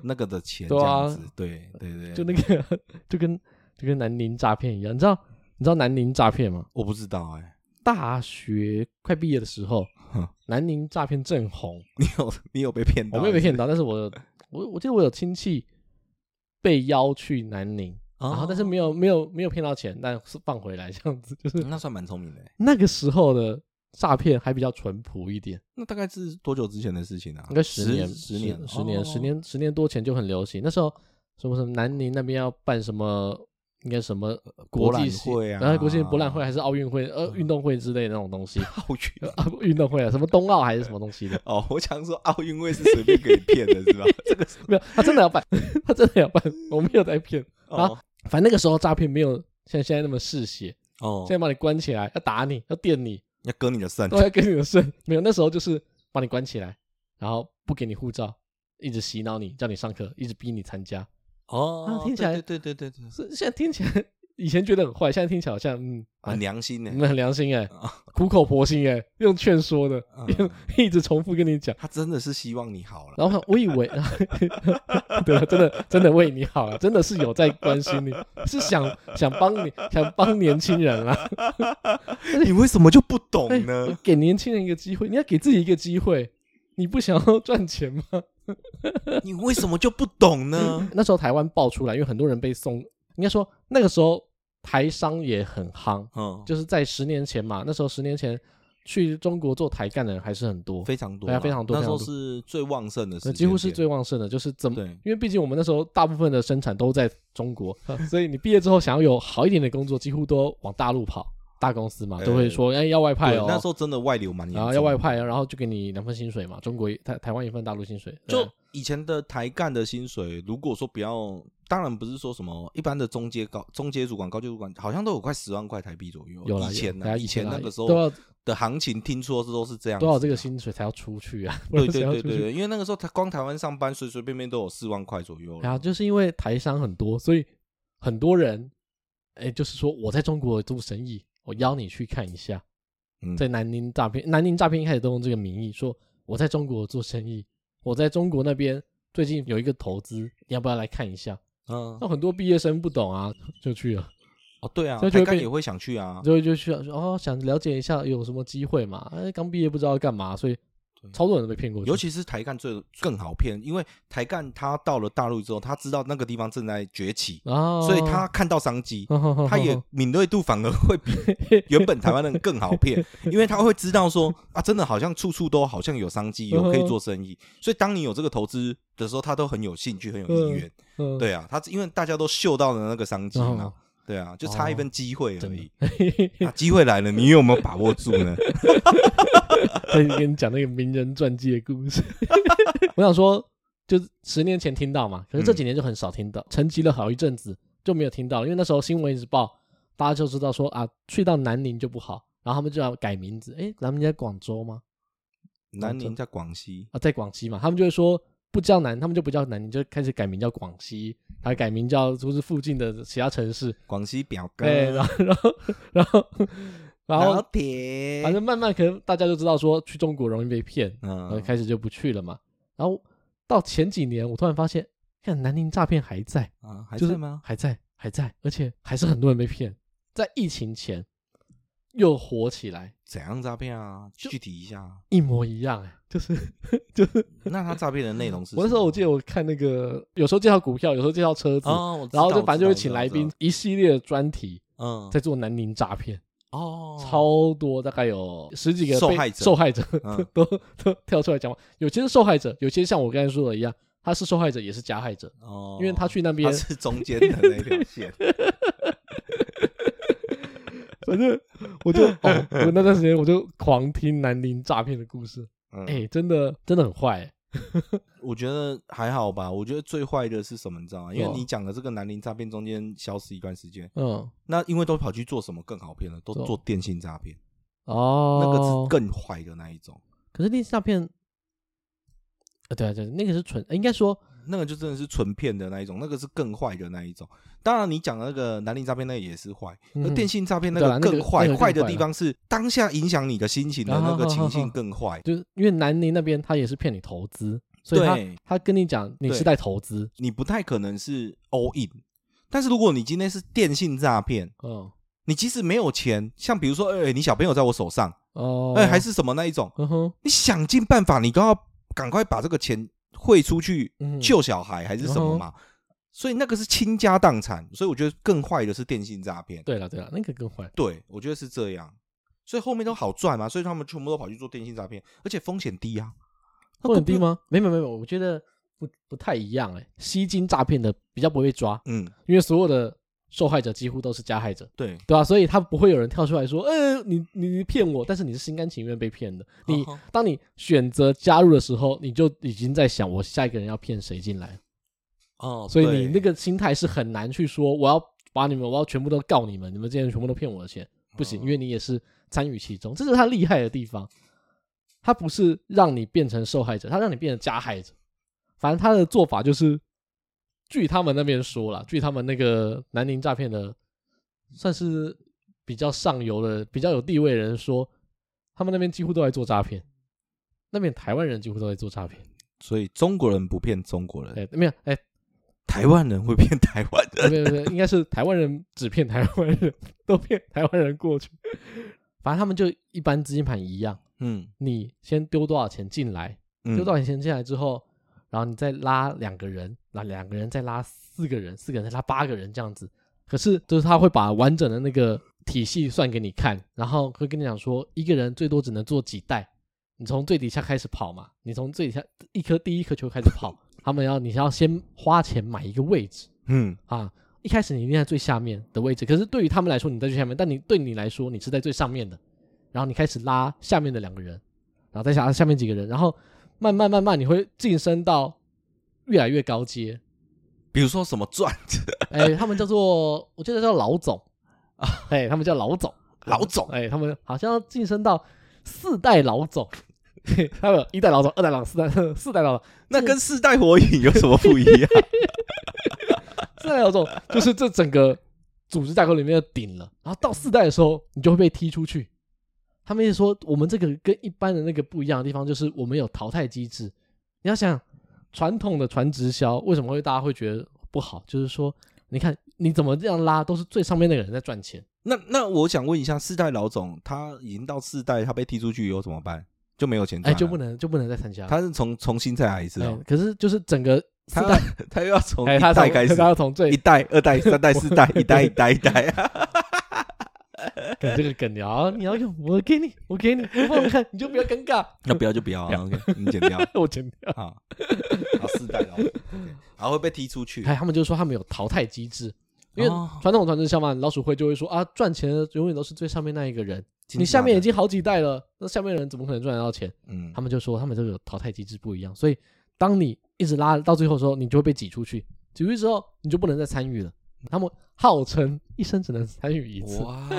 [SPEAKER 2] 那个的钱这
[SPEAKER 1] 对啊
[SPEAKER 2] 样子，对对对，
[SPEAKER 1] 就那个就跟就跟南宁诈骗一样，你知道你知道南宁诈骗吗？
[SPEAKER 2] 我不知道哎，
[SPEAKER 1] 大学快毕业的时候
[SPEAKER 2] 哼，
[SPEAKER 1] 南宁诈骗正红，
[SPEAKER 2] 你有你有被骗到？
[SPEAKER 1] 我没有被骗到，但是我我我记得我有亲戚被邀去南宁，
[SPEAKER 2] 哦，
[SPEAKER 1] 然后但是没有没有没有骗到钱，但是放回来这样子，就是
[SPEAKER 2] 嗯那算蛮聪明的欸，
[SPEAKER 1] 那个时候的诈骗还比较淳朴一点，
[SPEAKER 2] 那大概是多久之前的事情啊？
[SPEAKER 1] 应该
[SPEAKER 2] 十
[SPEAKER 1] 年
[SPEAKER 2] 十年
[SPEAKER 1] 十年十，
[SPEAKER 2] 哦
[SPEAKER 1] 年十年多前就很流行，那时候什么什么南宁那边要办什么。应该什么国际性
[SPEAKER 2] 博览会啊嗯
[SPEAKER 1] 然后国际性博览会还是奥运会、呃运动会之类的那种东西
[SPEAKER 2] 奥运
[SPEAKER 1] 啊，不运动会啊，什么冬奥还是什么东西的，
[SPEAKER 2] 哦，我想说奥运会是随便可以骗的是吧？这个是
[SPEAKER 1] 没有，他真的要办， 他真的要办，我没有在骗。
[SPEAKER 2] 哦
[SPEAKER 1] 反正那个时候诈骗没有像现在那么嗜血，
[SPEAKER 2] 哦
[SPEAKER 1] 现，在把你关起来，要打你，要电你，
[SPEAKER 2] 要割你的肾
[SPEAKER 1] 都，要跟你的肾。没有，那时候就是把你关起来，然后不给你护照，一直洗脑你，叫你上课，一直逼你参加。
[SPEAKER 2] 哦
[SPEAKER 1] 啊，听起来
[SPEAKER 2] 对对对对对
[SPEAKER 1] 是现在听起来，以前觉得很坏，现在听起来好像嗯，
[SPEAKER 2] 很良心呢
[SPEAKER 1] 你。们很良心哎、
[SPEAKER 2] 啊
[SPEAKER 1] 苦口婆心哎、用劝说的，
[SPEAKER 2] 嗯
[SPEAKER 1] 一直重复跟你讲。
[SPEAKER 2] 他真的是希望你好了，
[SPEAKER 1] 然后我以为， 对啊，真的真的为你好了，真的是有在关心你，是想想帮你，想帮年轻人啊。
[SPEAKER 2] 你为什么就不懂
[SPEAKER 1] 哎
[SPEAKER 2] 呢？
[SPEAKER 1] 给年轻人一个机会，你要给自己一个机会。你不想要赚钱吗？
[SPEAKER 2] 你为什么就不懂呢？
[SPEAKER 1] 那时候台湾爆出来，因为很多人被送，应该说那个时候台商也很夯，
[SPEAKER 2] 嗯，
[SPEAKER 1] 就是在十年前嘛。那时候十年前去中国做台干的人还是很多，
[SPEAKER 2] 非常多
[SPEAKER 1] 对
[SPEAKER 2] 啦，
[SPEAKER 1] 啊非常多
[SPEAKER 2] 那时候
[SPEAKER 1] 非常
[SPEAKER 2] 是最旺盛的时
[SPEAKER 1] 那
[SPEAKER 2] 间点，
[SPEAKER 1] 几乎是最旺盛的。就是怎么，
[SPEAKER 2] 对
[SPEAKER 1] 因为毕竟我们那时候大部分的生产都在中 国，所以你毕业之后想要有好一点的工作，几乎都往大陆跑。大公司嘛，都会说哎要外派
[SPEAKER 2] 对
[SPEAKER 1] 哦，
[SPEAKER 2] 那时候真的外流蛮严
[SPEAKER 1] 然
[SPEAKER 2] 重
[SPEAKER 1] 后
[SPEAKER 2] 的，
[SPEAKER 1] 要外派，然后就给你两份薪水嘛，中国一台台湾一份，大陆薪水，对
[SPEAKER 2] 就以前的台干的薪水，如果说不要，当然不是说什么一般的中阶高、中阶主管、高级主管，好像都有快十万块台币左右。
[SPEAKER 1] 有啦
[SPEAKER 2] 以前
[SPEAKER 1] 有
[SPEAKER 2] 呢，
[SPEAKER 1] 啦
[SPEAKER 2] 以前
[SPEAKER 1] 有啦
[SPEAKER 2] 那个时候
[SPEAKER 1] 啊都要
[SPEAKER 2] 的行情，听说是都是这样，啊
[SPEAKER 1] 都要有这个。薪水才要出去啊， 不
[SPEAKER 2] 对
[SPEAKER 1] 然谁
[SPEAKER 2] 对
[SPEAKER 1] 要
[SPEAKER 2] 对
[SPEAKER 1] 出
[SPEAKER 2] 对
[SPEAKER 1] 去？
[SPEAKER 2] 对，因为那个时候他光台湾上班，随随便便都有四万块左右了。
[SPEAKER 1] 然后就是因为台商很多，所以很多人，哎，就是说我在中国做生意，我邀你去看一下，
[SPEAKER 2] 嗯
[SPEAKER 1] 在南宁诈骗，南宁诈骗一开始都用这个名义说我在中国做生意，我在中国那边最近有一个投资，你要不要来看一下？
[SPEAKER 2] 嗯
[SPEAKER 1] 那很多毕业生不懂啊， 就去了，
[SPEAKER 2] 哦对啊
[SPEAKER 1] 所，以就会
[SPEAKER 2] 台干
[SPEAKER 1] 被
[SPEAKER 2] 也会想去啊。
[SPEAKER 1] 就就去了，说哦想了解一下有什么机会嘛，哎刚毕业不知道要干嘛，所以
[SPEAKER 2] 对
[SPEAKER 1] 超多人都被骗过去，
[SPEAKER 2] 尤其是台干最更好骗，因为台干他到了大陆之后，他知道那个地方正在崛起，
[SPEAKER 1] 啊，
[SPEAKER 2] 所以 他看到商机，他
[SPEAKER 1] 他
[SPEAKER 2] 也敏锐度反而会 比原本台湾人更好骗，因为他会知道说啊，真的好像处处都好像有商机，有可以做生
[SPEAKER 1] 嗯
[SPEAKER 2] 意。所以当你有这个投资的时候，他都很有兴趣，很有意愿。
[SPEAKER 1] 嗯，
[SPEAKER 2] 对啊，他因为大家都嗅到了那个商机嘛
[SPEAKER 1] 哦，
[SPEAKER 2] 对啊，就差一份机会而已。
[SPEAKER 1] 对，
[SPEAKER 2] 啊，机会来了，你有没有把握住 呢？
[SPEAKER 1] 在跟你讲那个名人传记的故事。 我想说，就是十年前听到嘛，可是这几年就很少听到，沉寂了好一阵子就没有听到了，因为那时候新闻一直报，大家就知道说啊，去到南宁就不好，然后他们就要改名字。诶，南宁在广州吗？
[SPEAKER 2] 南宁在广西，
[SPEAKER 1] 啊，在广西嘛，他们就会说。不叫南，他们就不叫南宁，就开始改名叫广西，还改名叫就是附近的其他城市，
[SPEAKER 2] 广西表哥，
[SPEAKER 1] 对，然后 然后然后然
[SPEAKER 2] 老
[SPEAKER 1] 后，
[SPEAKER 2] 铁，
[SPEAKER 1] 反正慢慢可能大家就知道说去中国容易被骗，然后
[SPEAKER 2] 嗯，
[SPEAKER 1] 开始就不去了嘛。然后到前几年，我突然发现，看南宁诈骗还在，
[SPEAKER 2] 啊，还
[SPEAKER 1] 就是
[SPEAKER 2] 吗？
[SPEAKER 1] 还在，还在，而且还是很多人被骗。在疫情前又火起来，
[SPEAKER 2] 怎样诈骗啊？具体一下。
[SPEAKER 1] 一模一样、哎，就是
[SPEAKER 2] 那他诈骗的内容是什么？
[SPEAKER 1] 我那时候我记得我看那个，有时候介绍股票，有时候介绍车子，
[SPEAKER 2] 哦，我知
[SPEAKER 1] 然后
[SPEAKER 2] 道
[SPEAKER 1] 就反正就会
[SPEAKER 2] 我知道
[SPEAKER 1] 请
[SPEAKER 2] 我知道
[SPEAKER 1] 来
[SPEAKER 2] 我知
[SPEAKER 1] 宾
[SPEAKER 2] 道
[SPEAKER 1] 一系列的专题，
[SPEAKER 2] 嗯，
[SPEAKER 1] 在做南宁诈骗，
[SPEAKER 2] 哦，
[SPEAKER 1] 超多，大概有十几个
[SPEAKER 2] 受
[SPEAKER 1] 被
[SPEAKER 2] 害者
[SPEAKER 1] 受害者
[SPEAKER 2] 嗯
[SPEAKER 1] 都都跳出来讲话，有些是受害者，有些像我刚才说的一样，他是受害者也是加害者，
[SPEAKER 2] 哦，
[SPEAKER 1] 因为他去那边
[SPEAKER 2] 他是中间的那一 条线，
[SPEAKER 1] 反正我 就哦，我那段时间我就狂听南宁诈骗的故事，
[SPEAKER 2] 嗯，
[SPEAKER 1] 哎、真的真的很坏、欸，
[SPEAKER 2] 我觉得还好吧。我觉得最坏的是什么，你知道吗？因为
[SPEAKER 1] 哦
[SPEAKER 2] 你讲的这个南宁诈骗中间消失一段时间，
[SPEAKER 1] 嗯，
[SPEAKER 2] 那因为都跑去做什么更好骗了，都
[SPEAKER 1] 做
[SPEAKER 2] 做电信诈骗，
[SPEAKER 1] 哦，
[SPEAKER 2] 那个是更坏的那一种。
[SPEAKER 1] 可是电信诈骗，呃，对啊，对啊，那个是纯，呃应该说
[SPEAKER 2] 那个就真的是纯骗的那一种，那个是更坏的那一种。当然，你讲的那个南宁诈骗那个也是坏，
[SPEAKER 1] 嗯
[SPEAKER 2] 那呃电信诈骗那
[SPEAKER 1] 对
[SPEAKER 2] 个
[SPEAKER 1] 啊那
[SPEAKER 2] 更
[SPEAKER 1] 个
[SPEAKER 2] 坏
[SPEAKER 1] 那个，更
[SPEAKER 2] 坏的
[SPEAKER 1] 坏
[SPEAKER 2] 地
[SPEAKER 1] 了
[SPEAKER 2] 方是当下影响你的心情的
[SPEAKER 1] 啊
[SPEAKER 2] 那个
[SPEAKER 1] 好
[SPEAKER 2] 情
[SPEAKER 1] 好
[SPEAKER 2] 绪
[SPEAKER 1] 好
[SPEAKER 2] 更坏。
[SPEAKER 1] 就是因为南宁那边他也是骗你投资，所以他
[SPEAKER 2] 对，
[SPEAKER 1] 他跟你讲你是在投资，
[SPEAKER 2] 你不太可能是 all in，但是如果你今天是电信诈骗，
[SPEAKER 1] 嗯
[SPEAKER 2] 你即使没有钱，像比如说，哎、你小朋友在我手上，
[SPEAKER 1] 哦，
[SPEAKER 2] 哎、还是什么那一种，
[SPEAKER 1] 嗯哼
[SPEAKER 2] 你想尽办法，你都要赶快把这个钱汇出去
[SPEAKER 1] 嗯
[SPEAKER 2] 救小孩还是什么嘛。所以那个是倾家荡产，所以我觉得更坏的是电信诈骗。
[SPEAKER 1] 对了对了，那个更坏，
[SPEAKER 2] 对，我觉得是这样。所以后面都好赚嘛，所以他们全部都跑去做电信诈骗，而且风险低啊。那
[SPEAKER 1] 会很低
[SPEAKER 2] 股票？
[SPEAKER 1] 吗？没有没有没有，我觉得不不太一样哎、吸金诈骗的比较不会被抓，
[SPEAKER 2] 嗯，
[SPEAKER 1] 因为所有的受害者几乎都是加害者，
[SPEAKER 2] 对，
[SPEAKER 1] 对吧、所以他不会有人跳出来说，呃，你你你骗我，但是你是心甘情愿被骗的。你
[SPEAKER 2] 哦
[SPEAKER 1] 当你选择加入的时候，你就已经在想我下一个人要骗谁进来，
[SPEAKER 2] 哦，
[SPEAKER 1] 所以
[SPEAKER 2] 对
[SPEAKER 1] 你那个心态是很难去说我要把你们，我要全部都告你们，你们这些人全部都骗我的钱，不行，
[SPEAKER 2] 哦
[SPEAKER 1] 因为你也是参与其中，这是他厉害的地方。他不是让你变成受害者，他让你变成加害者。反正他的做法就是，据他们那边说了，据他们那个南宁诈骗的，算是比较上游的、比较有地位的人说，他们那边几乎都在做诈骗，那边台湾人几乎都在做诈骗。
[SPEAKER 2] 所以中国人不骗中国人，
[SPEAKER 1] 哎、没有，哎、
[SPEAKER 2] 台湾人会骗台湾人。
[SPEAKER 1] 没有没有，应该是台湾人只骗台湾人， 都骗台湾人过去。反正他们就一般资金盘一样，
[SPEAKER 2] 嗯，
[SPEAKER 1] 你先丢多少钱进来，
[SPEAKER 2] 嗯
[SPEAKER 1] 丢多少钱进来之后，然后你再拉两个人，那两个人再拉四个人，四个人再拉八个人这样子。可是就是他会把完整的那个体系算给你看，然后会跟你讲说，一个人最多只能做几袋，你从最底下开始跑嘛，你从最底下一颗第一颗球开始跑，他们要你要先花钱买一个位置。
[SPEAKER 2] 嗯，
[SPEAKER 1] 啊，一开始你一定在最下面的位置，可是对于他们来说你在最下面，但你对你来说你是在最上面的，然后你开始拉下面的两个人，然后再下下面几个人，然后慢慢慢慢你会晋升到越来越高阶，
[SPEAKER 2] 比如说什么 赚
[SPEAKER 1] 哎、他们叫做我记得叫老 总啊，哎、他们叫老总，
[SPEAKER 2] 老总
[SPEAKER 1] 哎、他们好像要晋升到四代老总。 嘿他们有一代老总、二代老总、四代四代老总，
[SPEAKER 2] 那跟四代火影有什么不一样？
[SPEAKER 1] 四代老总就是这整个组织架构里面的顶了。然后到四代的时候，你就会被踢出去。他们一直说，我们这个跟一般的那个不一样的地方，就是我们有淘汰机制。你要想，传统的传直销为什么会大家会觉得不好？就是说，你看你怎么这样拉，都是最上面那个人在赚钱。
[SPEAKER 2] 那那我想问一下，四代老总他已经到四代，他被踢出去以后怎么办？就没有钱
[SPEAKER 1] 哎，
[SPEAKER 2] 赚了，
[SPEAKER 1] 就不能就不能再参加了。
[SPEAKER 2] 嗯他是从重新再来一次
[SPEAKER 1] 哎
[SPEAKER 2] 哦，
[SPEAKER 1] 可是就是整个四
[SPEAKER 2] 他
[SPEAKER 1] 代，
[SPEAKER 2] 他又要从
[SPEAKER 1] 哎，
[SPEAKER 2] 一
[SPEAKER 1] 他
[SPEAKER 2] 代
[SPEAKER 1] 从
[SPEAKER 2] 开 始，
[SPEAKER 1] 他要从最
[SPEAKER 2] 一代、二 代、三代、四代，一代、一代、一代。
[SPEAKER 1] 梗哎这个梗聊，你要用我给你，我给你，我帮你看，你就不要尴尬，
[SPEAKER 2] 那不要就不要啊，OK，你剪掉
[SPEAKER 1] 我剪掉。
[SPEAKER 2] 啊。好，四代老总，OK 然后会被踢出去。
[SPEAKER 1] 哎，他们就说他们有淘汰机制，因为
[SPEAKER 2] 哦
[SPEAKER 1] 传统传直销嘛，老鼠会就会说啊，赚钱的永远都是最上面那一个人，
[SPEAKER 2] 金
[SPEAKER 1] 你
[SPEAKER 2] 字塔
[SPEAKER 1] 下面
[SPEAKER 2] 的
[SPEAKER 1] 已经好几代了，那下面的人怎么可能赚得到钱？
[SPEAKER 2] 嗯
[SPEAKER 1] 他们就说他们这个淘汰机制不一样，所以当你一直拉到最后的时候，你就会被挤出去，挤出去之后你就不能再参与了。
[SPEAKER 2] 嗯
[SPEAKER 1] 他们号称一生只能参与一次，
[SPEAKER 2] 哇，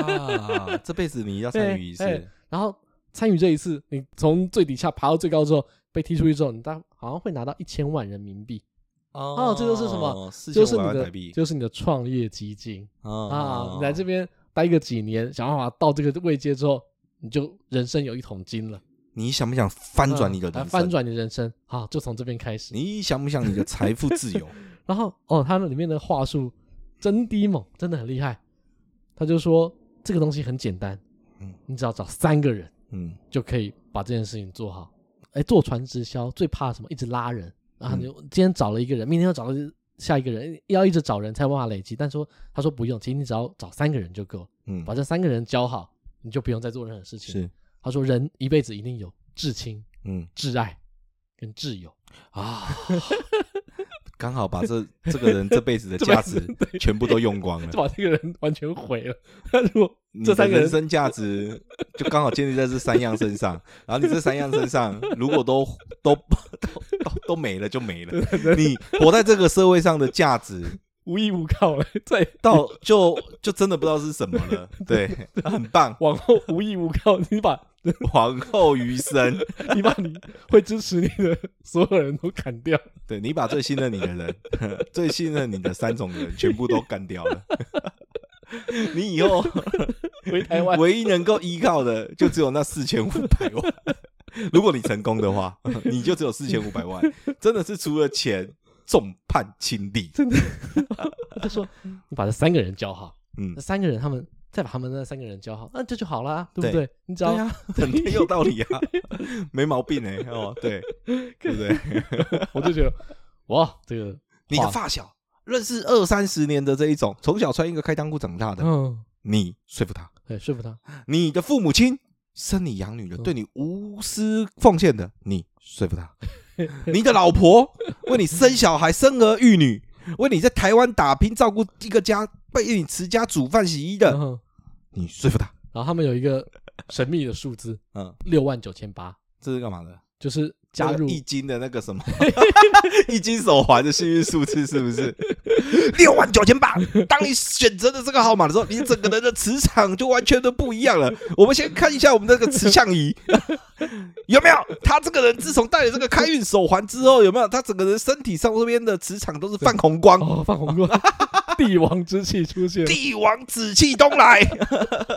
[SPEAKER 2] 这辈子你要参与一
[SPEAKER 1] 哎哎
[SPEAKER 2] 次，
[SPEAKER 1] 然后参与这一次，你从最底下爬到最高之后被踢出去之后，你大好像会拿到一千万人民币，
[SPEAKER 2] 哦
[SPEAKER 1] 这就是什么？
[SPEAKER 2] 四
[SPEAKER 1] 就是
[SPEAKER 2] 千
[SPEAKER 1] 你
[SPEAKER 2] 万
[SPEAKER 1] 的
[SPEAKER 2] 台币
[SPEAKER 1] 就是你的创业基金。啊
[SPEAKER 2] 啊，
[SPEAKER 1] 你来这边待个几年，想办法到这个位阶之后，你就人生有一桶金了，
[SPEAKER 2] 你想不想翻转你的
[SPEAKER 1] 啊
[SPEAKER 2] 人生？
[SPEAKER 1] 翻转你的人生，好，就从这边开始。
[SPEAKER 2] 你想不想你的财富自 由？
[SPEAKER 1] 然后哦，他那里面的话术真低猛，真的很厉害。他就说这个东西很简单，
[SPEAKER 2] 嗯
[SPEAKER 1] 你只要找三个人
[SPEAKER 2] 嗯，
[SPEAKER 1] 就可以把这件事情做好。哎，做传直销最怕什么？一直拉人，然
[SPEAKER 2] 嗯
[SPEAKER 1] 后你就今天找了一个人，明天又找了下一个人，要一直找人才有办法累积。但说他说不用，其实你只要找三个人就够了。
[SPEAKER 2] 嗯
[SPEAKER 1] 把，这三个人教好，你就不用再做任何事情。
[SPEAKER 2] 是，
[SPEAKER 1] 他说人一辈子一定有至亲、
[SPEAKER 2] 嗯
[SPEAKER 1] 至爱跟挚友，
[SPEAKER 2] 啊， 刚好把这这个人这辈子的价值全部都用光 了
[SPEAKER 1] 就。把这个人完全毁 了。他如果
[SPEAKER 2] 你
[SPEAKER 1] 这
[SPEAKER 2] 的
[SPEAKER 1] 三个
[SPEAKER 2] 人
[SPEAKER 1] 人
[SPEAKER 2] 生价值就刚好建立在这三样身上，然后你这三样身上如果都都都都都没了就没了，你活在这个社会上的价值
[SPEAKER 1] 无依无靠了，再
[SPEAKER 2] 到就就真的不知道是什么了。 对，很棒，
[SPEAKER 1] 往后无依无靠，你把
[SPEAKER 2] 往后余生。
[SPEAKER 1] 你把 你会支持你的所有人都砍掉，
[SPEAKER 2] 对你把最信任你的人、最信任你的三种人全部都干掉了， 你以后
[SPEAKER 1] 回台湾
[SPEAKER 2] 唯一能够依靠的就只有那四千五百 万。如果你成功的话， 你就只有四千五百万，真的是除了钱众叛亲离。
[SPEAKER 1] 就说你把这三个人教好，
[SPEAKER 2] 嗯
[SPEAKER 1] 那，三个人他们再把他们那三个人教好，那这就好啦，对不
[SPEAKER 2] 对
[SPEAKER 1] 对？你只
[SPEAKER 2] 对
[SPEAKER 1] 要
[SPEAKER 2] 啊，很很有道理 啊，没毛病哎、哦，对，对不对？
[SPEAKER 1] 我就觉得哇，这个
[SPEAKER 2] 你的
[SPEAKER 1] 哇
[SPEAKER 2] 发小认识二三十年的这一种，从小穿一个开裆裤长大的，
[SPEAKER 1] 嗯，
[SPEAKER 2] 你说服他，
[SPEAKER 1] 对，说服他，
[SPEAKER 2] 你的父母亲生你养女的，
[SPEAKER 1] 嗯
[SPEAKER 2] 对你无私奉献的，你说服他；你的老婆为你生小孩、生儿育女，为你在台湾打拼、照顾一个家，为你持家、煮饭、洗衣
[SPEAKER 1] 然
[SPEAKER 2] 的，
[SPEAKER 1] 后
[SPEAKER 2] 你说服他。
[SPEAKER 1] 然后他们有一个神秘的数字
[SPEAKER 2] 嗯，
[SPEAKER 1] 六万九千八，
[SPEAKER 2] 这是干嘛的？
[SPEAKER 1] 就是加入
[SPEAKER 2] 那个易经的那个什么 易经手环的幸运数字是不是六万九千八？当你选择的这个号码的时候，你整个人的磁场就完全都不一样了。我们先看一下我们这个磁像仪 有没有？他这个人自从戴了这个开运手环之后，有没有？他整个人身体上这边的磁场都是泛红光，
[SPEAKER 1] 哦，放红光，帝王之气出现，
[SPEAKER 2] 帝王紫气东来。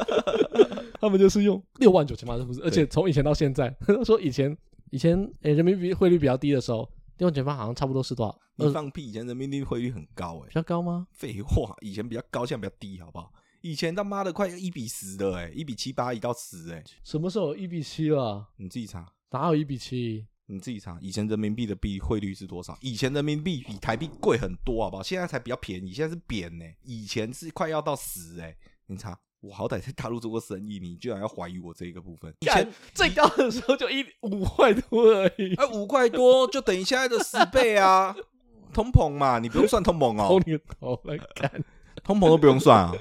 [SPEAKER 1] 他们就是用六万九千八这数字，而且从以前到现在，他说以前以前诶、人民币汇率比较低的时候，六万九千八好像差不多是多少？
[SPEAKER 2] 你
[SPEAKER 1] 呃，
[SPEAKER 2] 放屁！以前人民币汇率很高哎、
[SPEAKER 1] 比较高吗？
[SPEAKER 2] 废话，以前比较高，现在比较低，好不好？以前他妈的快一比十的哎、一比七八，一到十哎、
[SPEAKER 1] 什么时候有一比七了？
[SPEAKER 2] 你自己查。
[SPEAKER 1] 哪有一比七？
[SPEAKER 2] 你自己查，以前人民币的币汇率是多少？以前人民币比台币贵很多，好不好？现在才比较便宜，现在是贬呢、以前是快要到十哎、你查，我好歹在大陆做过生意，你居然要怀疑我这一个部分？以前
[SPEAKER 1] 干 最高的时候就一五块多而已，
[SPEAKER 2] 哎五块多就等于现在的十倍啊，通膨嘛，你不用算通膨
[SPEAKER 1] 掏
[SPEAKER 2] 哦，
[SPEAKER 1] 你个头来干！
[SPEAKER 2] 通膨都不用算啊。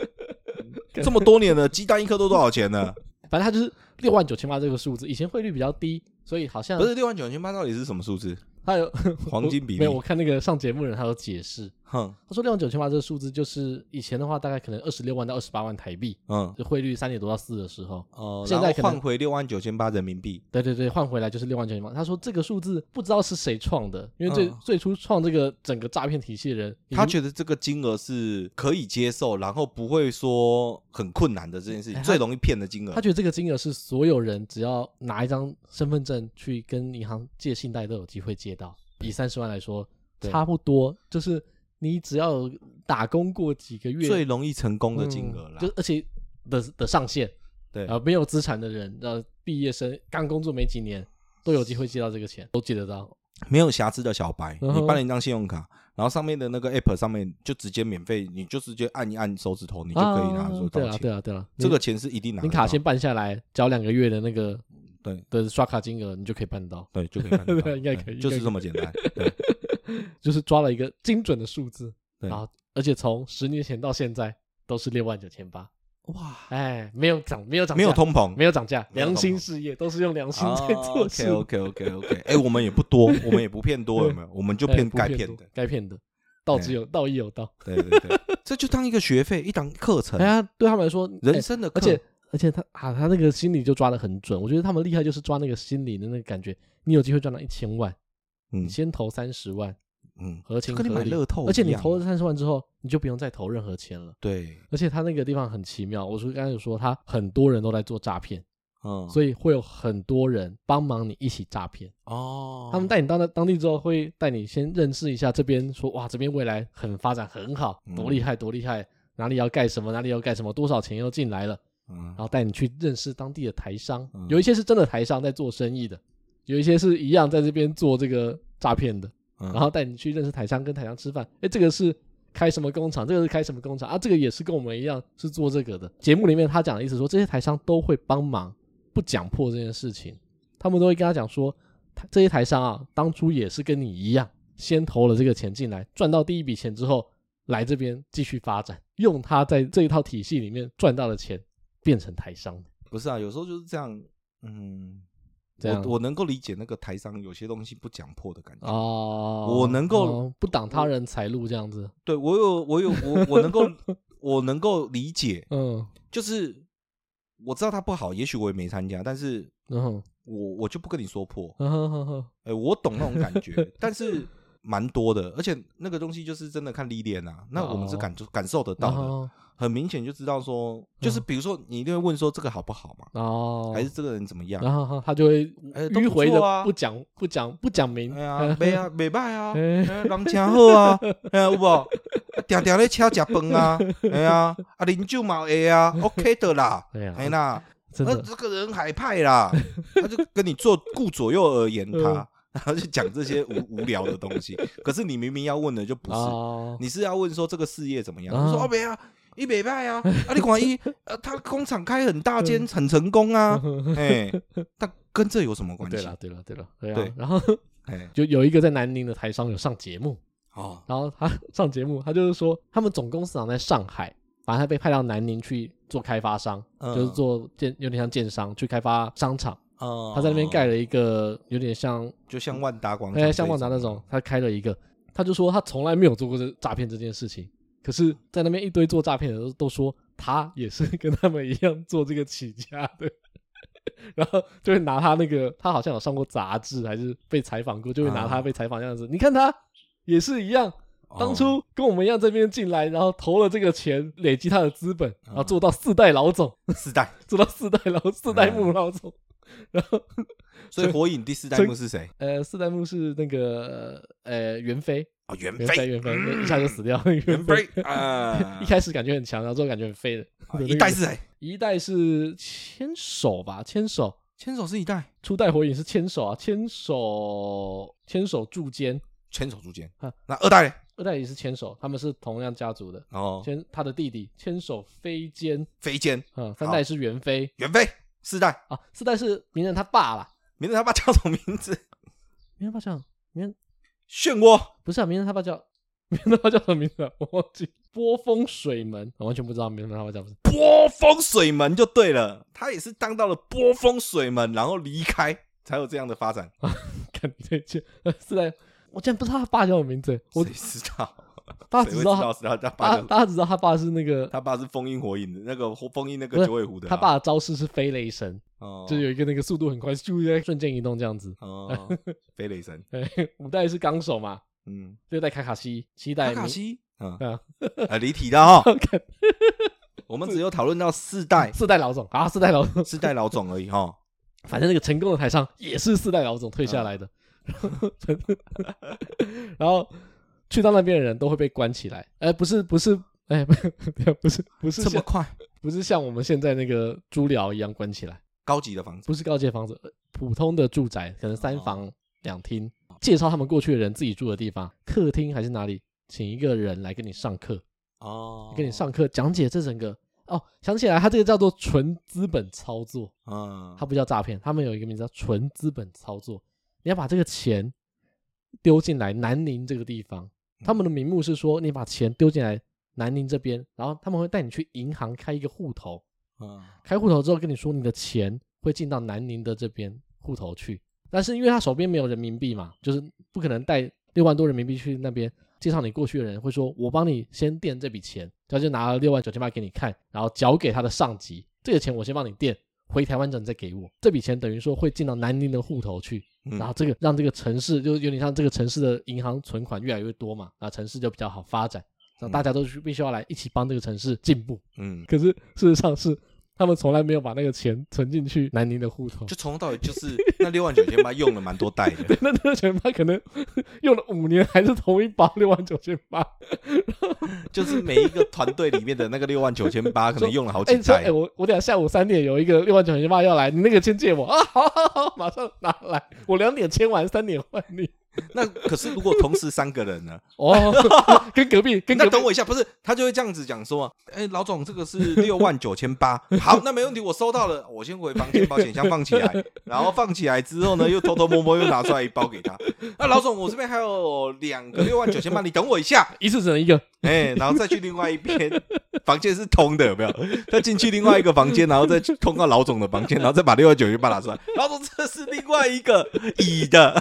[SPEAKER 2] 这么多年了，鸡蛋一颗都多少钱呢？
[SPEAKER 1] 反正他就是六万九千八这个数字，以前汇率比较低，所以好像
[SPEAKER 2] 不是六万九千八，到底是什么数字？
[SPEAKER 1] 他有
[SPEAKER 2] 黄金比
[SPEAKER 1] 没
[SPEAKER 2] 例
[SPEAKER 1] 有？？我看那个上节目的人他有解释，
[SPEAKER 2] 哼，
[SPEAKER 1] 他说六万九千八这个数字就是以前的话大概可能二十六万到二十八万台币，
[SPEAKER 2] 嗯，
[SPEAKER 1] 就汇率三点多到四的时候，
[SPEAKER 2] 哦，
[SPEAKER 1] 呃现
[SPEAKER 2] 然
[SPEAKER 1] 在
[SPEAKER 2] 后
[SPEAKER 1] 可能
[SPEAKER 2] 换回六万九千八人民币，
[SPEAKER 1] 对对对，换回来就是六万九千八。他说这个数字不知道是谁创的，因为最、
[SPEAKER 2] 嗯
[SPEAKER 1] 最初创这个整个诈骗体系的人，
[SPEAKER 2] 他觉得这个金额是可以接受，然后不会说很困难的这件事
[SPEAKER 1] 哎他
[SPEAKER 2] 情，最容易骗的金额
[SPEAKER 1] 他。觉得这个金额是所有人只要拿一张身份证去跟银行借信贷都有机会借到。以三十万来说，
[SPEAKER 2] 对
[SPEAKER 1] 差不多就是你只要有打工过几个月，
[SPEAKER 2] 最容易成功的金额
[SPEAKER 1] 嗯
[SPEAKER 2] 啦
[SPEAKER 1] 就，而且的的上限，
[SPEAKER 2] 对
[SPEAKER 1] 呃，没有资产的人，呃，毕业生刚工作没几年，都有机会借到这个钱，都借得到。
[SPEAKER 2] 没有瑕疵的小白，
[SPEAKER 1] 嗯哼
[SPEAKER 2] 你办了一张信用卡，然后上面的那个 app 上面就直接免费，你就直接按一按手指头，你就可以拿出
[SPEAKER 1] 啊对
[SPEAKER 2] 多
[SPEAKER 1] 啊，对
[SPEAKER 2] 少钱。
[SPEAKER 1] 啊，对啊，
[SPEAKER 2] 这个钱是一定拿得
[SPEAKER 1] 你
[SPEAKER 2] 到，
[SPEAKER 1] 卡先办下来，缴两个月的那个
[SPEAKER 2] 对
[SPEAKER 1] 的刷卡金额，你就可以办到。
[SPEAKER 2] 对啊就可以办得到，
[SPEAKER 1] 对应该可以
[SPEAKER 2] 对就是这么简单。对
[SPEAKER 1] 就是抓了一个精准的数字，
[SPEAKER 2] 对
[SPEAKER 1] 然后而且从十年前到现在都是六万九千八，
[SPEAKER 2] 哇，
[SPEAKER 1] 哎，没有涨，没有涨价，
[SPEAKER 2] 没有通膨，
[SPEAKER 1] 没有涨价，
[SPEAKER 2] 没有
[SPEAKER 1] 良
[SPEAKER 2] 通
[SPEAKER 1] 心
[SPEAKER 2] 膨哦
[SPEAKER 1] 事业都是用良心在做事，
[SPEAKER 2] OK OK OK，哎，我们也不多，我们也不骗多，有没有？我 们就
[SPEAKER 1] 就
[SPEAKER 2] 骗该骗的。哎
[SPEAKER 1] 该哎骗的，道之有道，义有道。
[SPEAKER 2] 对对对，这就当一个学费，一堂课程啊
[SPEAKER 1] 哎，呀，对他们来说，
[SPEAKER 2] 人
[SPEAKER 1] 哎
[SPEAKER 2] 生的课。
[SPEAKER 1] 而且而且他啊，他那个心理就抓的很准，我觉得他们厉害就是抓那个心理的那个感觉，你有机会赚到一千万，
[SPEAKER 2] 嗯
[SPEAKER 1] 你先投三十万，
[SPEAKER 2] 嗯，
[SPEAKER 1] 合情合
[SPEAKER 2] 就跟
[SPEAKER 1] 理，
[SPEAKER 2] 你买乐透一样，啊
[SPEAKER 1] 而且你投了三十万之后，你就不用再投任何钱了。
[SPEAKER 2] 对，
[SPEAKER 1] 而且他那个地方很奇妙，我说刚才有说他很多人都在做诈骗，
[SPEAKER 2] 嗯，以
[SPEAKER 1] 所以会有很多人帮忙你一起诈骗。
[SPEAKER 2] 哦，
[SPEAKER 1] 他们带你到那当地之后，会带你先认识一下这边，说哇这边未来很发展很好，
[SPEAKER 2] 嗯
[SPEAKER 1] 多厉害多厉害，哪里要盖什么哪里要盖什么，多少钱又进来了，
[SPEAKER 2] 嗯
[SPEAKER 1] 然后带你去认识当地的台商
[SPEAKER 2] 嗯，
[SPEAKER 1] 有一些是真的台商在做生意的，有一些是一样在这边做这个诈骗的，
[SPEAKER 2] 嗯
[SPEAKER 1] 然后带你去认识台商，跟台商吃饭。哎，这个是开什么工厂？这个是开什么工厂啊？这个也是跟我们一样是做这个的。节目里面他讲的意思说，这些台商都会帮忙，不讲破这件事情，他们都会跟他讲说，他这些台商啊，当初也是跟你一样，先投了这个钱进来，赚到第一笔钱之后，来这边继续发展，用他在这一套体系里面赚到的钱变成台商。
[SPEAKER 2] 不是啊，有时候就是这样，嗯，
[SPEAKER 1] 这样
[SPEAKER 2] 我我能够理解那个台商有些东西不讲破的感觉。
[SPEAKER 1] 哦，
[SPEAKER 2] 我能够
[SPEAKER 1] 哦不挡他人财路这样子，
[SPEAKER 2] 对我有我有我我 能够我能够理解，
[SPEAKER 1] 嗯，
[SPEAKER 2] 就是我知道他不好，也许我也没参加，但是
[SPEAKER 1] 然后，
[SPEAKER 2] 我我就不跟你说破。
[SPEAKER 1] 呵呵呵呵，
[SPEAKER 2] 哎、我懂那种感觉，但是蛮多的，而且那个东西就是真的看历练啊。那我们是感、感受得到
[SPEAKER 1] 哦然
[SPEAKER 2] 的，
[SPEAKER 1] 后
[SPEAKER 2] 很明显就知道说，就是
[SPEAKER 1] 嗯
[SPEAKER 2] 比如说你一定会问说这个好不好嘛，
[SPEAKER 1] 哦，
[SPEAKER 2] 还是这个人怎么样？
[SPEAKER 1] 然后他他就会
[SPEAKER 2] 哎都不
[SPEAKER 1] 迂回
[SPEAKER 2] 错啊
[SPEAKER 1] 的不讲不讲不讲明，
[SPEAKER 2] 哎 呀，没啊，没拜啊，
[SPEAKER 1] 哎
[SPEAKER 2] 哎人真好啊，哎呀有无？啊常常咧请食饭啊，哎呀，啊啉酒嘛会啊，OK 的啦，
[SPEAKER 1] 对
[SPEAKER 2] 哎
[SPEAKER 1] 呀，
[SPEAKER 2] 啦，
[SPEAKER 1] 真
[SPEAKER 2] 呃
[SPEAKER 1] 的，
[SPEAKER 2] 这个人海派啦，他就跟你做顾左右而言他
[SPEAKER 1] 嗯，
[SPEAKER 2] 然后就讲这些无无聊的东西。可是你明明要问的就不是，
[SPEAKER 1] 哦，
[SPEAKER 2] 你是要问说这个事业怎么样？
[SPEAKER 1] 啊
[SPEAKER 2] 他说哦没啊，一北派啊， 啊你管一呃他工厂开很大
[SPEAKER 1] 嗯
[SPEAKER 2] 间，很成 功啊，哎，但跟这有什么关
[SPEAKER 1] 对
[SPEAKER 2] 系
[SPEAKER 1] 了？对了对了，对
[SPEAKER 2] 对
[SPEAKER 1] 啊，然后
[SPEAKER 2] 哎，
[SPEAKER 1] 就有一个在南宁的台商有上节目，
[SPEAKER 2] 哦，
[SPEAKER 1] 然后他 上节目，他就是说他们总公司长在上海，反正他被派到南宁去做开发商，
[SPEAKER 2] 嗯
[SPEAKER 1] 就是做建有点像建商去开发商场，
[SPEAKER 2] 哦
[SPEAKER 1] 他在那边盖了一个有点像
[SPEAKER 2] 就像万达广场这
[SPEAKER 1] 哎
[SPEAKER 2] 一种，
[SPEAKER 1] 像旺达那种，
[SPEAKER 2] 啊
[SPEAKER 1] 他开了一个，他就说他从来没有做过这诈骗这件事情，可是，在那边一堆做诈骗的都都说他也是 跟他们一样做这个起家的。 然后就会拿他那个，他好像有上过杂志，还是被采访过，就会拿
[SPEAKER 2] 啊
[SPEAKER 1] 他被采访这样子。你看他也是一样，
[SPEAKER 2] 哦，
[SPEAKER 1] 当初跟我们一样这边进来，然后投了这个钱，累积他的资本，然后
[SPEAKER 2] 嗯
[SPEAKER 1] 做到四代老总，
[SPEAKER 2] 四 代，
[SPEAKER 1] 做到四代老四代
[SPEAKER 2] 啊
[SPEAKER 1] 目老总， 然后
[SPEAKER 2] 所以火影第四代目是谁？
[SPEAKER 1] 呃，四代目是那个呃袁飞，
[SPEAKER 2] 哦，袁
[SPEAKER 1] 袁飞
[SPEAKER 2] 飞，
[SPEAKER 1] 袁飞一下就死掉，袁，
[SPEAKER 2] 袁飞，啊
[SPEAKER 1] 一开始感觉很强，然后之后感觉很废的。
[SPEAKER 2] 啊一代是谁？
[SPEAKER 1] 一代是千手吧，千手
[SPEAKER 2] 千手是一代，
[SPEAKER 1] 初代火影是千手啊，千手千手柱间，
[SPEAKER 2] 千手柱间
[SPEAKER 1] 啊。
[SPEAKER 2] 那二代嘞？
[SPEAKER 1] 二代也是千手，他们是同样家族的。
[SPEAKER 2] 哦，
[SPEAKER 1] 千他的弟弟千手飞间，
[SPEAKER 2] 飞间，
[SPEAKER 1] 嗯，三代是猿飞，
[SPEAKER 2] 袁飞，四代，
[SPEAKER 1] 啊，四代是鸣人他爸啦。
[SPEAKER 2] 名字他爸叫什么名字？
[SPEAKER 1] 鸣人他爸叫鸣人，
[SPEAKER 2] 漩涡，
[SPEAKER 1] 不是啊，鸣人他爸叫鸣人他爸叫什么名字、啊？我忘记。波风水门，我完全不知道鸣人他爸叫什么。
[SPEAKER 2] 波风水门就对了，他也是当到了波风水门，然后离开，才有这样的发展。
[SPEAKER 1] 看你这句，四代我竟然不知道他爸叫什么名字，欸我
[SPEAKER 2] 谁知道？
[SPEAKER 1] 大家
[SPEAKER 2] 谁
[SPEAKER 1] 只知
[SPEAKER 2] 会知
[SPEAKER 1] 道
[SPEAKER 2] 道
[SPEAKER 1] 他
[SPEAKER 2] 是他他爸
[SPEAKER 1] 大
[SPEAKER 2] 叫
[SPEAKER 1] 大家只知道他爸是那个
[SPEAKER 2] 他爸是风鹰火影的那个风鹰那
[SPEAKER 1] 不
[SPEAKER 2] 个
[SPEAKER 1] 是
[SPEAKER 2] 九尾狐的啊，
[SPEAKER 1] 他爸的招式是飞雷神，
[SPEAKER 2] 哦
[SPEAKER 1] 就是有一个那个速度很快，就在瞬间移动这样子。
[SPEAKER 2] 哦，飞雷神，
[SPEAKER 1] 对，五代是纲手嘛，
[SPEAKER 2] 嗯，
[SPEAKER 1] 六代卡卡西，七代
[SPEAKER 2] 卡
[SPEAKER 1] 鸣
[SPEAKER 2] 卡西，嗯
[SPEAKER 1] 啊，
[SPEAKER 2] 啊，离题了 哈，
[SPEAKER 1] 看
[SPEAKER 2] 我们只有讨论到四代
[SPEAKER 1] 四代老总啊，四代老总，
[SPEAKER 2] 四代老总而已哈。
[SPEAKER 1] 反正那个成功的台上也是四代老总退下
[SPEAKER 2] 嗯
[SPEAKER 1] 来的， 然后去到那边的人都会被关起来。哎、不是不是，哎、不 不是不是
[SPEAKER 2] 这么
[SPEAKER 1] 像
[SPEAKER 2] 快，
[SPEAKER 1] 不是像我们现在那个猪寮一样关起来，
[SPEAKER 2] 高级的房子
[SPEAKER 1] 不是高阶房子，呃普通的住宅，可能三房两厅。介绍他们过去的人自己住的地方，客厅还是哪里，请一个人来跟你上课，
[SPEAKER 2] 哦
[SPEAKER 1] 跟你，上课讲解这整个。哦，想起来，他这个叫做纯资本操作。
[SPEAKER 2] 嗯
[SPEAKER 1] 它，不叫诈骗，他们有一个名字叫纯资本操作。你要把这个钱丢进来南宁这个地方，他们的名目是说你把钱丢进来南宁这边，然后他们会带你去银行开一个户头，
[SPEAKER 2] 嗯
[SPEAKER 1] 开户头之后跟你说你的钱会进到南宁的这边户头去，但是因为他手边没有人民币嘛，就是不可能带六万多人民币去那边。介绍你过去的人会说：“我帮你先垫这笔钱。”他就拿了六万九千八给你看，然后缴给他的上级，这个钱我先帮你垫，回台湾之后你再给我。这笔钱等于说会进到南宁的户头去，
[SPEAKER 2] 嗯
[SPEAKER 1] 然后这个让这个城市就有点像这个城市的银行存款越来越多嘛，啊，城市就比较好发展。那大家都是必须要来一起帮这个城市进步。
[SPEAKER 2] 嗯，
[SPEAKER 1] 可是事实上是他们从来没有把那个钱存进去南宁的户头，
[SPEAKER 2] 就从头到尾就是那六万九千八用了蛮多代的，
[SPEAKER 1] 那那个钱他可能 用了五年还是同一包六万九千八，
[SPEAKER 2] 就是每一个团队里面的那个六万九千八可能用了好
[SPEAKER 1] 哎，
[SPEAKER 2] 几
[SPEAKER 1] 你说哎、
[SPEAKER 2] 代。
[SPEAKER 1] 我我等下下午三点有一个六万九千八要来，你那个先借我 啊，好好好，马上拿来，我两点签完，三点还你。
[SPEAKER 2] 那可是如果同时三个人呢？
[SPEAKER 1] 哦，跟隔壁 跟
[SPEAKER 2] 那
[SPEAKER 1] 隔壁
[SPEAKER 2] 等我一下，不是他就会这样子讲说，哎，老总这个是六万九千 八，好，那没问题，我收到了，我先回房间把钱箱放起来，然后放起来之后呢，又偷偷摸摸又拿出来一包给他。那老总，我这边还有两个六万九千八，你等我一下，
[SPEAKER 1] 一次只能一个，
[SPEAKER 2] 哎，然后再去另外一边，房间是通的，有没有？他进去另外一个房间，然后再去通到老总的房间，然后再把六百九千八拿出来。老总，这是另外一个乙的，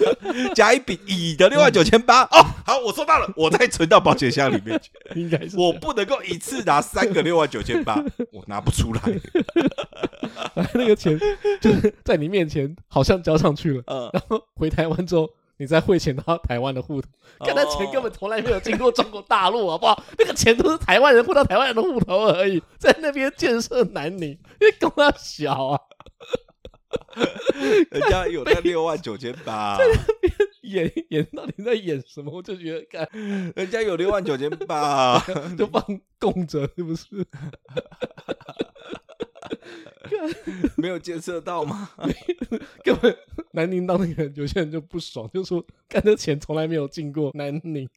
[SPEAKER 2] 甲乙丙乙的六万九千八。哦，好，我收到了，我再存到保险箱里面去。
[SPEAKER 1] 应该是
[SPEAKER 2] 我不能够一次拿三个六万九千八，我拿不出来。
[SPEAKER 1] 那个钱就是在你面前好像交上去了，
[SPEAKER 2] 呃，
[SPEAKER 1] 然后回台湾之后，你再汇钱到台湾的户头，看那钱根本从来没有经过中国大陆，好不好？那个钱都是台湾人汇到台湾人的户头而已，在那边建设南宁，因为公他小啊，
[SPEAKER 2] 人家有那六万九千八，
[SPEAKER 1] 演演到底在演什么？我就觉得，干
[SPEAKER 2] 人家有六万九千八。
[SPEAKER 1] 就放供着是不是？
[SPEAKER 2] 没有监测到吗？
[SPEAKER 1] 根本南宁当地人有些人就不爽，就说干这钱从来没有进过南宁，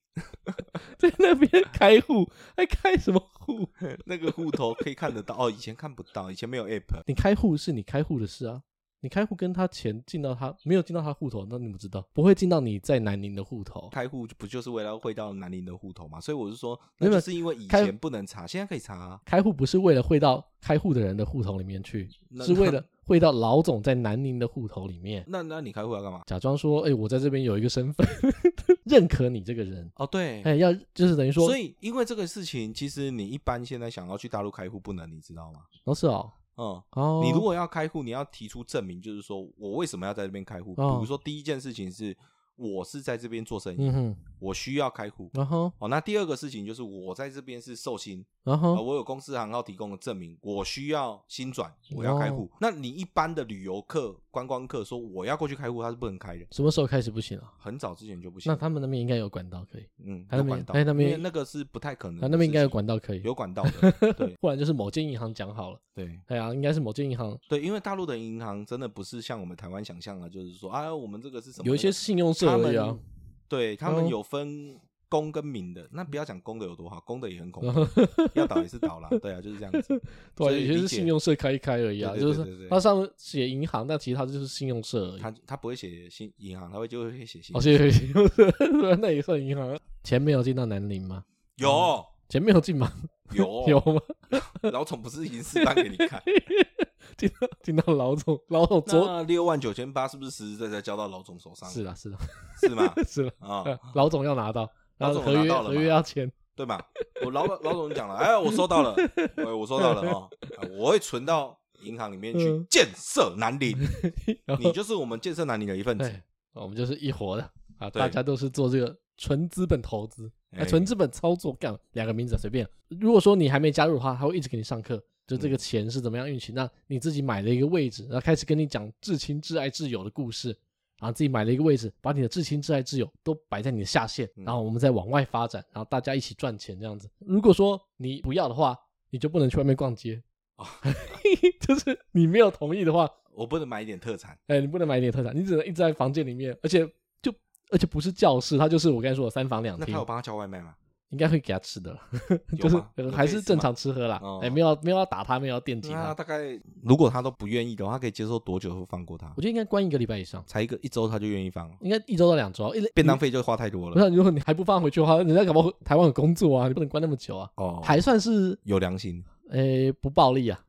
[SPEAKER 1] 在那边开户还开什么户？
[SPEAKER 2] 那个户头可以看得到哦，以前看不到，以前没有 app。
[SPEAKER 1] 你开户是你开户的事啊，你开户跟他钱进到他没有进到他户头，那你们知道不会进到你在南宁的户头。
[SPEAKER 2] 开户不就是为了汇到南宁的户头嘛？所以我是说，
[SPEAKER 1] 没有
[SPEAKER 2] 那就是因为以
[SPEAKER 1] 开
[SPEAKER 2] 前不能查，现在可以查、啊。
[SPEAKER 1] 开户不是为了汇到开户的人的户头里面去，
[SPEAKER 2] 那
[SPEAKER 1] 是为了汇到老总在南宁的户头里面，
[SPEAKER 2] 那那你开户要干嘛？
[SPEAKER 1] 假装说，哎、我在这边有一个身份， 认可你这个人，
[SPEAKER 2] 哦，对，
[SPEAKER 1] 哎、要就是等于说，
[SPEAKER 2] 所以因为这个事情，其实你一般现在想要去大陆开户不能，你知道吗？
[SPEAKER 1] 哦是哦，
[SPEAKER 2] 嗯，
[SPEAKER 1] 哦，
[SPEAKER 2] 你如果要开户，你要提出证明，就是说我为什么要在这边开户。比
[SPEAKER 1] 哦
[SPEAKER 2] 如说第一件事情是我是在这边做生意，
[SPEAKER 1] 嗯哼，
[SPEAKER 2] 我需要开户。
[SPEAKER 1] 然后
[SPEAKER 2] 哦，那第二个事情就是我在这边是寿星，
[SPEAKER 1] 然
[SPEAKER 2] 啊，
[SPEAKER 1] 后
[SPEAKER 2] 我有公司行号提供的证明，我需要新转，我要开
[SPEAKER 1] 哦
[SPEAKER 2] 户。那你一般的旅游客、观光客说我要过去开户，他是不能开的，
[SPEAKER 1] 什么时候开始不行啊？
[SPEAKER 2] 很早之前就不行。
[SPEAKER 1] 那他们那边应该有管道可以，
[SPEAKER 2] 嗯，
[SPEAKER 1] 他那
[SPEAKER 2] 有
[SPEAKER 1] 边
[SPEAKER 2] 管道，
[SPEAKER 1] 哎那边
[SPEAKER 2] 因为那个是不太可能的事情。
[SPEAKER 1] 他那边应该有管道可以，
[SPEAKER 2] 有管道 的，对
[SPEAKER 1] 不然就是某间银行讲好了，
[SPEAKER 2] 对
[SPEAKER 1] 哎呀、应该是某间银行
[SPEAKER 2] 对，因为大陆的银行真的不是像我们台湾想象的，就是说啊，我们这个是什么？
[SPEAKER 1] 有一些信用社
[SPEAKER 2] 他
[SPEAKER 1] 而
[SPEAKER 2] 们
[SPEAKER 1] 已啊，
[SPEAKER 2] 对他
[SPEAKER 1] 哦
[SPEAKER 2] 们有分公跟民的，那不要讲公的有多好，公的也很
[SPEAKER 1] 哦
[SPEAKER 2] 恐怖， 要倒也是倒啦，对啊，就是这样子。
[SPEAKER 1] 对啊，
[SPEAKER 2] 所以
[SPEAKER 1] 有些是
[SPEAKER 2] 理解
[SPEAKER 1] 信用社开一开而已啊，
[SPEAKER 2] 对对
[SPEAKER 1] 就是
[SPEAKER 2] 对对对
[SPEAKER 1] 它上面写银行，但其实它就是信用社而已。
[SPEAKER 2] 他他不会写信银行，他会就会写信
[SPEAKER 1] 哦，。谢谢 信用社，对啊那也算银行啊。钱没有进到南宁吗？
[SPEAKER 2] 有
[SPEAKER 1] 钱没有进吗？
[SPEAKER 2] 有哦
[SPEAKER 1] 有吗？
[SPEAKER 2] 老总不是已经示范给你 看？
[SPEAKER 1] 进到进到老总，老总昨
[SPEAKER 2] 那六万九千八是不是实实在在交到老总手上？
[SPEAKER 1] 是啊是啊
[SPEAKER 2] 是 吗？
[SPEAKER 1] 是啊，
[SPEAKER 2] 啊、
[SPEAKER 1] 呃老总要拿到，然
[SPEAKER 2] 老
[SPEAKER 1] 后
[SPEAKER 2] 总
[SPEAKER 1] 合
[SPEAKER 2] 拿
[SPEAKER 1] 约
[SPEAKER 2] 到了
[SPEAKER 1] 合
[SPEAKER 2] 嘛
[SPEAKER 1] 约要签，
[SPEAKER 2] 对吧？ 我老板老总讲了，哎，我收到了，哎，我收到了哦，哎我会存到银行里面去
[SPEAKER 1] 嗯
[SPEAKER 2] 建设 南宁，
[SPEAKER 1] 然
[SPEAKER 2] 你
[SPEAKER 1] 后
[SPEAKER 2] 就是我们建设南宁的一份子
[SPEAKER 1] 对，我们就是一伙的啊，
[SPEAKER 2] 对
[SPEAKER 1] 大家都是做这个纯资本投资。啊，
[SPEAKER 2] 哎
[SPEAKER 1] 纯资本操作干两个名字啊随便。如果说你还没加入的话，他会一直给你上课，就
[SPEAKER 2] 嗯
[SPEAKER 1] 这个钱是怎么样运行。那你自己买了一个位置，然后开始跟你讲至亲至爱至友的故事，然后自己买了一个位置，把你的至亲至爱至友都摆在你的下线，
[SPEAKER 2] 嗯
[SPEAKER 1] 然后我们再往外发展，然后大家一起赚钱这样子。如果说你不要的话，你就不能去外面逛街
[SPEAKER 2] 哦
[SPEAKER 1] 就是你没有同意的话，
[SPEAKER 2] 我不能买一点特产，
[SPEAKER 1] 哎，你不能买一点特产，你只能一直在房间里面，而且就而且不是教室，它就是我刚才说的三房两
[SPEAKER 2] 那他
[SPEAKER 1] 厅
[SPEAKER 2] 有。帮他叫外卖吗？
[SPEAKER 1] 应该会给他吃的，
[SPEAKER 2] 有
[SPEAKER 1] 就是
[SPEAKER 2] 吗
[SPEAKER 1] 呃
[SPEAKER 2] 有
[SPEAKER 1] 还
[SPEAKER 2] 可以
[SPEAKER 1] 是
[SPEAKER 2] 吃
[SPEAKER 1] 正
[SPEAKER 2] 吗
[SPEAKER 1] 常吃喝啦。
[SPEAKER 2] 哦
[SPEAKER 1] 哎，没有没有要打他，没有要电击
[SPEAKER 2] 那
[SPEAKER 1] 他。
[SPEAKER 2] 大概如果他都不愿意的话，他可以接受多久会放过他
[SPEAKER 1] 我？觉得应该关一个礼拜以上，
[SPEAKER 2] 才一个一周他就愿意放了，
[SPEAKER 1] 应该一周到两周。一
[SPEAKER 2] 便当费就花太多
[SPEAKER 1] 不
[SPEAKER 2] 了
[SPEAKER 1] 是，如果你还不放回去的话，人家搞不好台湾有工作啊，你不能关那么久啊。
[SPEAKER 2] 哦，
[SPEAKER 1] 还算是
[SPEAKER 2] 有良 心，
[SPEAKER 1] 诶不暴力啊，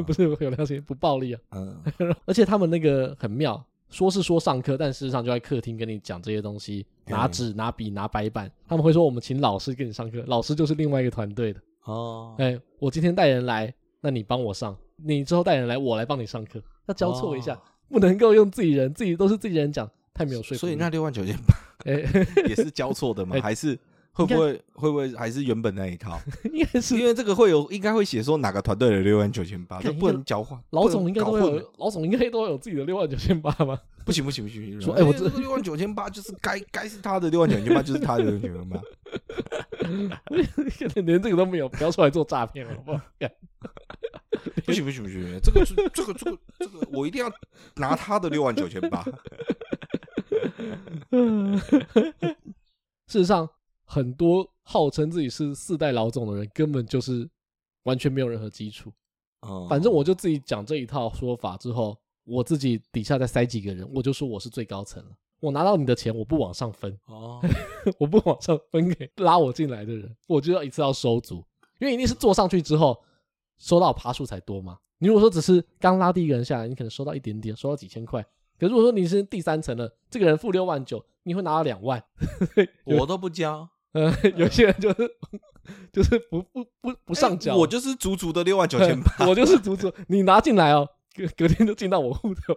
[SPEAKER 1] 不是有良心，不暴力啊。
[SPEAKER 2] 嗯，
[SPEAKER 1] 而且他们那个很妙，说是说上课，但事实上就在客厅跟你讲这些东西，拿
[SPEAKER 2] 嗯
[SPEAKER 1] 纸拿笔拿白板，他们会说我们请老师跟你上课，老师就是另外一个团队的。
[SPEAKER 2] 哦，
[SPEAKER 1] 哎，我今天带人来，那你帮我上；你之后带人来，我来帮你上课，要交错一下，
[SPEAKER 2] 哦
[SPEAKER 1] 不能够用自己人，自己都是自己人讲，太没有说服力。
[SPEAKER 2] 所以那六万九千
[SPEAKER 1] 哎，
[SPEAKER 2] 也是交错的吗
[SPEAKER 1] 哎？
[SPEAKER 2] 还是会不会会不会还是原本那一套？
[SPEAKER 1] 应该是
[SPEAKER 2] 因为这个会有应该会写说哪个团队的六万九千八，
[SPEAKER 1] 看
[SPEAKER 2] 这不能交换。
[SPEAKER 1] 老总应该都
[SPEAKER 2] 不
[SPEAKER 1] 会
[SPEAKER 2] 能搞混了
[SPEAKER 1] 有，老总应该都会有自己的六万九千八吧？
[SPEAKER 2] 不行不行不行！不行
[SPEAKER 1] 说哎我这
[SPEAKER 2] 六万九千八就是该该是他的六万九千八，就是他的六万九 千八。
[SPEAKER 1] 连这个都没有，不要出来做诈骗了，好 不好？哎干
[SPEAKER 2] 不行不行不行！这个是这个这个这个，我一定要拿他的六万九千 八。
[SPEAKER 1] 事实上，很多号称自己是四代老总的人，根本就是完全没有任何基础。
[SPEAKER 2] 嗯
[SPEAKER 1] 反正我就自己讲这一套说法之后，我自己底下再塞几个人，我就说我是最高层了。我拿到你的钱，我不往上分，
[SPEAKER 2] 哦，
[SPEAKER 1] 我不往上分给拉我进来的人，我就要一次要收足。因为一定是坐上去之后收到爬数才多嘛。你如果说只是刚拉第一个人下来，你可能收到一点点，收到几千块。可如果说你是第三层了，这个人付六万九，你会拿到两万。 有
[SPEAKER 2] 我都不交，
[SPEAKER 1] 呃，
[SPEAKER 2] 嗯
[SPEAKER 1] 有些人就是就是不不不不上缴，
[SPEAKER 2] 哎我就是足足的六万九千八，
[SPEAKER 1] 我就是足足你拿进来哦，隔隔天就进到我户头。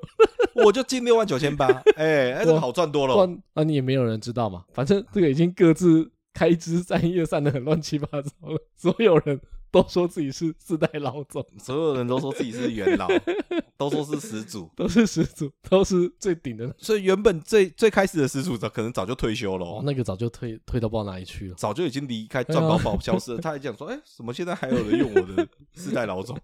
[SPEAKER 2] 我就进六万九千八，哎，哎这个好赚多
[SPEAKER 1] 不
[SPEAKER 2] 了。
[SPEAKER 1] 然啊，你也没有人知道嘛。反正这个已经各自开支散业散的很乱七八糟了，所有人都说自己是四代老总，
[SPEAKER 2] 所有人都说自己是元老，都说是始祖，
[SPEAKER 1] 都是始祖， 都是最顶的那。
[SPEAKER 2] 所以原本最最开始的始祖早可能早就退休了
[SPEAKER 1] 哦
[SPEAKER 2] 哦，，
[SPEAKER 1] 那个早就退退到不知道哪里去了。
[SPEAKER 2] 早就已经离开
[SPEAKER 1] 对
[SPEAKER 2] 赚
[SPEAKER 1] 啊
[SPEAKER 2] 饱饱消失了。他还讲说，哎，怎么现在还有人用我的世代老总？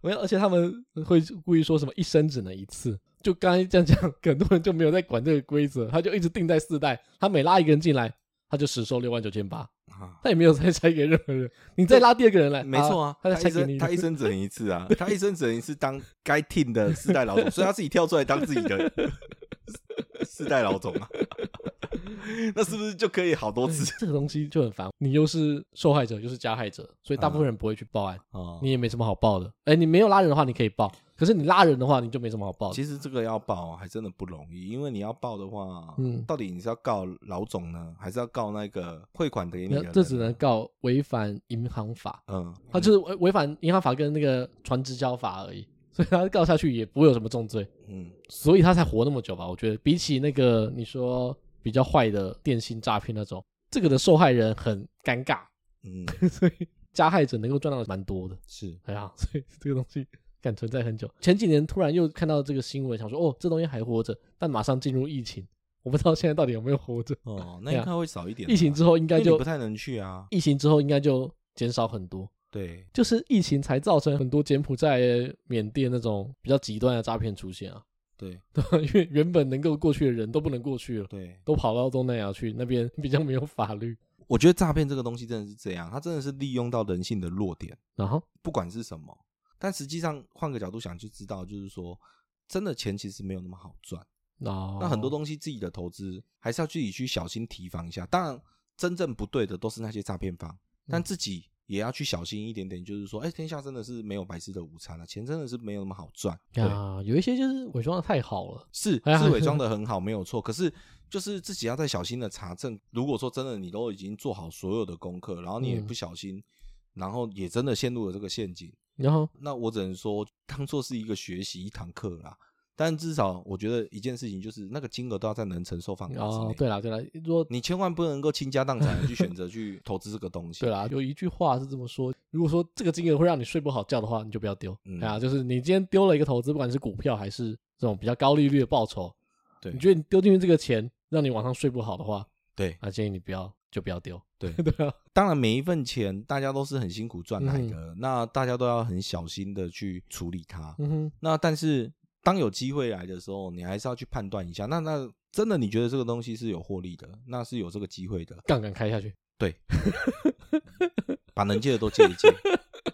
[SPEAKER 1] 没有，而且他们会故意说什么一生只能一次。就刚才这样讲，很多人就没有在管这个规则，他就一直定在四代。他每拉一个人进来，他就实收六万九千八，
[SPEAKER 2] 啊
[SPEAKER 1] 他也没有再拆给任何人。你再拉第二个人来，
[SPEAKER 2] 没错啊，
[SPEAKER 1] 他
[SPEAKER 2] 他
[SPEAKER 1] 再拆
[SPEAKER 2] 一
[SPEAKER 1] 给你
[SPEAKER 2] 生他一生只能一次啊，他一生只能一次当该 team 的世代老总，所以他自己跳出来当自己的世代老总啊， 那是不是就可以好多次？
[SPEAKER 1] 这个东西就很烦，你又是受害者，又是加害者，所以大
[SPEAKER 2] 嗯
[SPEAKER 1] 部分人不会去报案，
[SPEAKER 2] 哦
[SPEAKER 1] 你也没什么好报的。哎，你没有拉人的话，你可以报，可是你拉人的话，你就没什么好报的。
[SPEAKER 2] 其实这个要报还真的不容易，因为你要报的话，
[SPEAKER 1] 嗯
[SPEAKER 2] 到底你是要告老总呢，还是要告那个汇款给你的
[SPEAKER 1] 那
[SPEAKER 2] 人？
[SPEAKER 1] 这只能告违反银行法，
[SPEAKER 2] 嗯，
[SPEAKER 1] 他就是违违反银行法跟那个船只交法而已，所以他告下去也不会有什么重罪，
[SPEAKER 2] 嗯，
[SPEAKER 1] 所以他才活那么久吧？我觉得比起那个你说比较坏的电信诈骗那种，这个的受害人很尴尬，
[SPEAKER 2] 嗯，
[SPEAKER 1] 所以加害者能够赚到蛮多的。
[SPEAKER 2] 是
[SPEAKER 1] 哎呀， 所以这个东西敢存在很久。前几年突然又看到这个新闻，想说哦，这东西还活着，但马上进入疫情，我不知道现在到底有没有活着。
[SPEAKER 2] 哦，那应该会少一点吧。
[SPEAKER 1] 疫情之后啊应
[SPEAKER 2] 因
[SPEAKER 1] 该
[SPEAKER 2] 为你
[SPEAKER 1] 就
[SPEAKER 2] 不太能去啊。
[SPEAKER 1] 疫情之后应该就减少很多，
[SPEAKER 2] 对，
[SPEAKER 1] 就是疫情才造成很多柬埔寨、缅甸那种比较极端的诈骗出现啊，
[SPEAKER 2] 对，
[SPEAKER 1] 对吧？因为原本能够过去的人都不能过去了，
[SPEAKER 2] 对，
[SPEAKER 1] 都跑到东南亚去，那边比较没有法律。
[SPEAKER 2] 我觉得诈骗这个东西真的是这样，它真的是利用到人性的弱点，
[SPEAKER 1] 然后，
[SPEAKER 2] 不管是什么。但实际上，换个角度想就知道，就是说，真的钱其实没有那么好赚。
[SPEAKER 1] 那
[SPEAKER 2] 那很多东西自己的投资还是要自己去小心提防一下。当然，真正不对的都是那些诈骗方，
[SPEAKER 1] 嗯
[SPEAKER 2] 但自己也要去小心一点点。就是说，哎，天下真的是没有白吃的午餐啊，钱真的是没有那么好赚。对，
[SPEAKER 1] 啊，有一些就是伪装的太好了，
[SPEAKER 2] 是
[SPEAKER 1] 哎呀
[SPEAKER 2] 是伪 装的很好，没有错。可是就是自己要再小心的查证。如果说真的你都已经做好所有的功课，然后你也
[SPEAKER 1] 嗯
[SPEAKER 2] 不小心，然后也真的陷入了这个陷阱，
[SPEAKER 1] 然后
[SPEAKER 2] 那我只能说当做是一个学习一堂课啦。但至少我觉得一件事情就是那个金额都要在能承受范围之内。
[SPEAKER 1] 哦，对啦对啦，如果
[SPEAKER 2] 你千万不能够倾家荡产的去选择 去投资这个东西。
[SPEAKER 1] 对啦，啊有一句话是这么说：如果说这个金额会让你睡不好觉的话，你就不要丢。
[SPEAKER 2] 嗯
[SPEAKER 1] 哎呀，就是你今天丢了一个投资，不管是股票还是这种比较高利率的报酬，
[SPEAKER 2] 对
[SPEAKER 1] 你觉得你丢进去这个钱让你晚上睡不好的话，
[SPEAKER 2] 对
[SPEAKER 1] 那建议你不要就不要丢。
[SPEAKER 2] 对
[SPEAKER 1] 对啊，
[SPEAKER 2] 当然每一份钱大家都是很辛苦赚来的，那大家都要很小心的去处理它。
[SPEAKER 1] 嗯哼，
[SPEAKER 2] 那但是当有机会来的时候，你还是要去判断一下。那那真的你觉得这个东西是有获利的，那是有这个机会的，
[SPEAKER 1] 杠杆开下去，
[SPEAKER 2] 把能借的都借一借，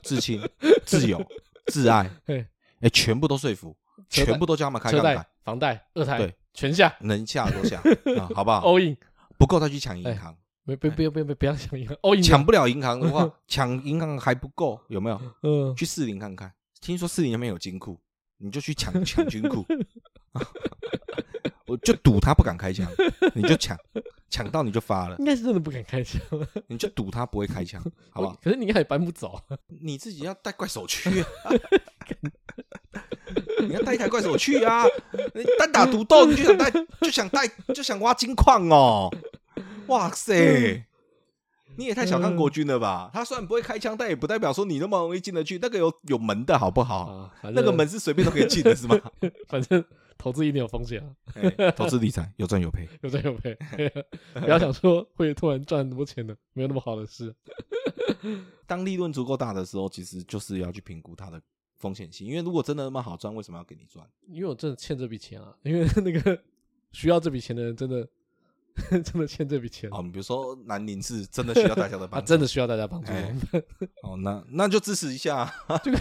[SPEAKER 2] 至亲、挚友、挚爱，
[SPEAKER 1] 嘿
[SPEAKER 2] 哎、全部都说服，
[SPEAKER 1] 车贷
[SPEAKER 2] 全部都叫他们开
[SPEAKER 1] 车
[SPEAKER 2] 杠杆
[SPEAKER 1] 贷、，房贷、二胎，
[SPEAKER 2] 对，
[SPEAKER 1] 全下
[SPEAKER 2] 能下 都下，啊，好不好？
[SPEAKER 1] all in，
[SPEAKER 2] 不够再去抢银
[SPEAKER 1] 哎
[SPEAKER 2] 行。
[SPEAKER 1] 没不不要不要不要想赢，all in，
[SPEAKER 2] 抢不了银行的话，抢银行还不够，有没有？
[SPEAKER 1] 嗯，
[SPEAKER 2] 去士林看看，听说士林那边有金库，你就去抢抢金库， 我就赌他不敢开枪，你就抢，抢到你就发了
[SPEAKER 1] 应，该是真的不敢开枪，
[SPEAKER 2] 你就赌他不会开枪，好不好？
[SPEAKER 1] 可是你应该也搬不走，啊
[SPEAKER 2] 你自己要带怪手去、啊，你要带一台怪手去啊！你单打独斗，你就想带，就想带， 就想挖金矿哦！哇塞，你也太小看国军了吧？他虽然不会开枪，但也不代表说你那么容易进得去。那个有有门的好不好？
[SPEAKER 1] 啊，反
[SPEAKER 2] 那个
[SPEAKER 1] 正
[SPEAKER 2] 门，是随便都可以进的，是吗？
[SPEAKER 1] 反正投资一定有风险啊。
[SPEAKER 2] 哎投资理财有赚有赔，
[SPEAKER 1] 有赚有赔， 不要想说会突然赚很多钱的，没有那么好的事。
[SPEAKER 2] 当利润足够大的时候，其实就是要去评估它的风险性。因为如果真的那么好赚，为什么要给你赚？
[SPEAKER 1] 因为我真的欠这笔钱啊，因为那个需要这笔钱的人真的 真的欠这笔钱
[SPEAKER 2] 哦，你比如说南宁是真的需要大家的
[SPEAKER 1] 啊，
[SPEAKER 2] 帮助，
[SPEAKER 1] 真的需要大家帮助我，
[SPEAKER 2] 哎哦，那那就支持一下，啊
[SPEAKER 1] 就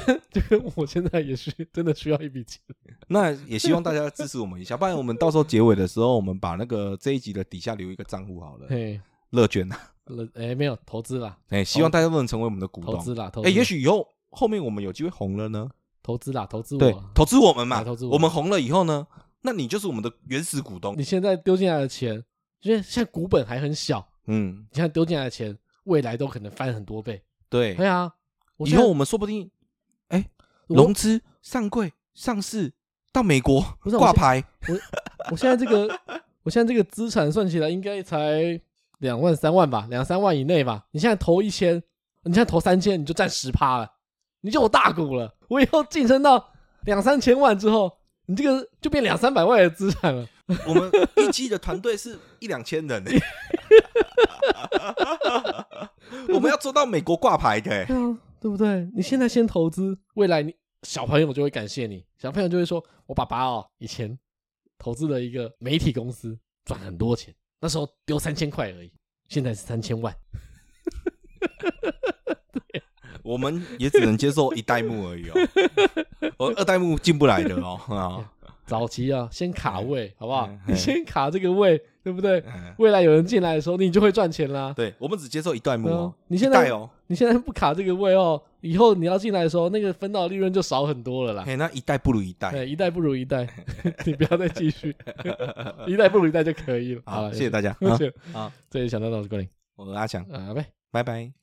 [SPEAKER 1] 跟我现在也是真的需要一笔钱。
[SPEAKER 2] 那也希望大家支持我们一下，不然我们到时候结尾的时候，我们把那个这一集的底下留一个账户好了，
[SPEAKER 1] 嘿，
[SPEAKER 2] 乐捐啊，
[SPEAKER 1] 了，哎，没有投资啦，
[SPEAKER 2] 哎，希望大家都能成为我们的股
[SPEAKER 1] 投
[SPEAKER 2] 东。
[SPEAKER 1] 资啦，投
[SPEAKER 2] 哎，
[SPEAKER 1] 资，
[SPEAKER 2] 也许以后后面我们有机会红了呢。
[SPEAKER 1] 投资啦，投资我
[SPEAKER 2] 对
[SPEAKER 1] 啊，。
[SPEAKER 2] 投资我们嘛，
[SPEAKER 1] 哎投资我
[SPEAKER 2] 我们红了以后呢，那你就是我们的原始股东
[SPEAKER 1] 你。现在丢进来的钱，因为现在股本还很小，
[SPEAKER 2] 嗯，
[SPEAKER 1] 你现在丢进来的钱，未来都可能翻很多倍。
[SPEAKER 2] 对
[SPEAKER 1] 对。啊，我
[SPEAKER 2] 以
[SPEAKER 1] 现在
[SPEAKER 2] 后我们说不定
[SPEAKER 1] 我
[SPEAKER 2] 融资上柜上市到美国
[SPEAKER 1] 不是我
[SPEAKER 2] 挂
[SPEAKER 1] 现
[SPEAKER 2] 牌，
[SPEAKER 1] 我现在这个，我现在这个资产算起来应该才两万三万吧，两三万以内吧。你现在投一千，你现在投三千，你就占十趴了，你就有大股了。我以后晋升到两三千万之后，你这个就变两三百万的资产了。
[SPEAKER 2] 我们预计的团队是一两千人 欸。我们要做到美国挂牌的欸，
[SPEAKER 1] 对啊，对不对？你现在先投资，未来你小朋友就会感谢你，小朋友就会说：“我爸爸哦，以前投资了一个媒体公司，赚很多钱，那时候丢三千块而已，现在是三千万。
[SPEAKER 2] 我们也只能接受一代目而已 哦，我二代目进不来的 哦。啊
[SPEAKER 1] 早期啊，先卡位，好不好
[SPEAKER 2] 嗯？
[SPEAKER 1] 你先卡这个位，对不对？
[SPEAKER 2] 嗯
[SPEAKER 1] 未来有人进来的时候，你就会赚钱啦。
[SPEAKER 2] 对，我们只接受一代目
[SPEAKER 1] 对啊
[SPEAKER 2] 哦，
[SPEAKER 1] 你现
[SPEAKER 2] 一
[SPEAKER 1] 在
[SPEAKER 2] 代哦，
[SPEAKER 1] 你现在不卡这个位哦，以后你要进来的时候，那个分到的利润就少很多了啦。
[SPEAKER 2] 嘿，那哎一代不如一代。
[SPEAKER 1] 对，一代不如一代， 你不要再继 续，一代不如一代就可以了。好
[SPEAKER 2] 好，
[SPEAKER 1] 了，
[SPEAKER 2] 谢谢大家，啊
[SPEAKER 1] 谢谢
[SPEAKER 2] 好，
[SPEAKER 1] 这里想到到这里，
[SPEAKER 2] 我是阿强，
[SPEAKER 1] 啊，拜。
[SPEAKER 2] 拜拜。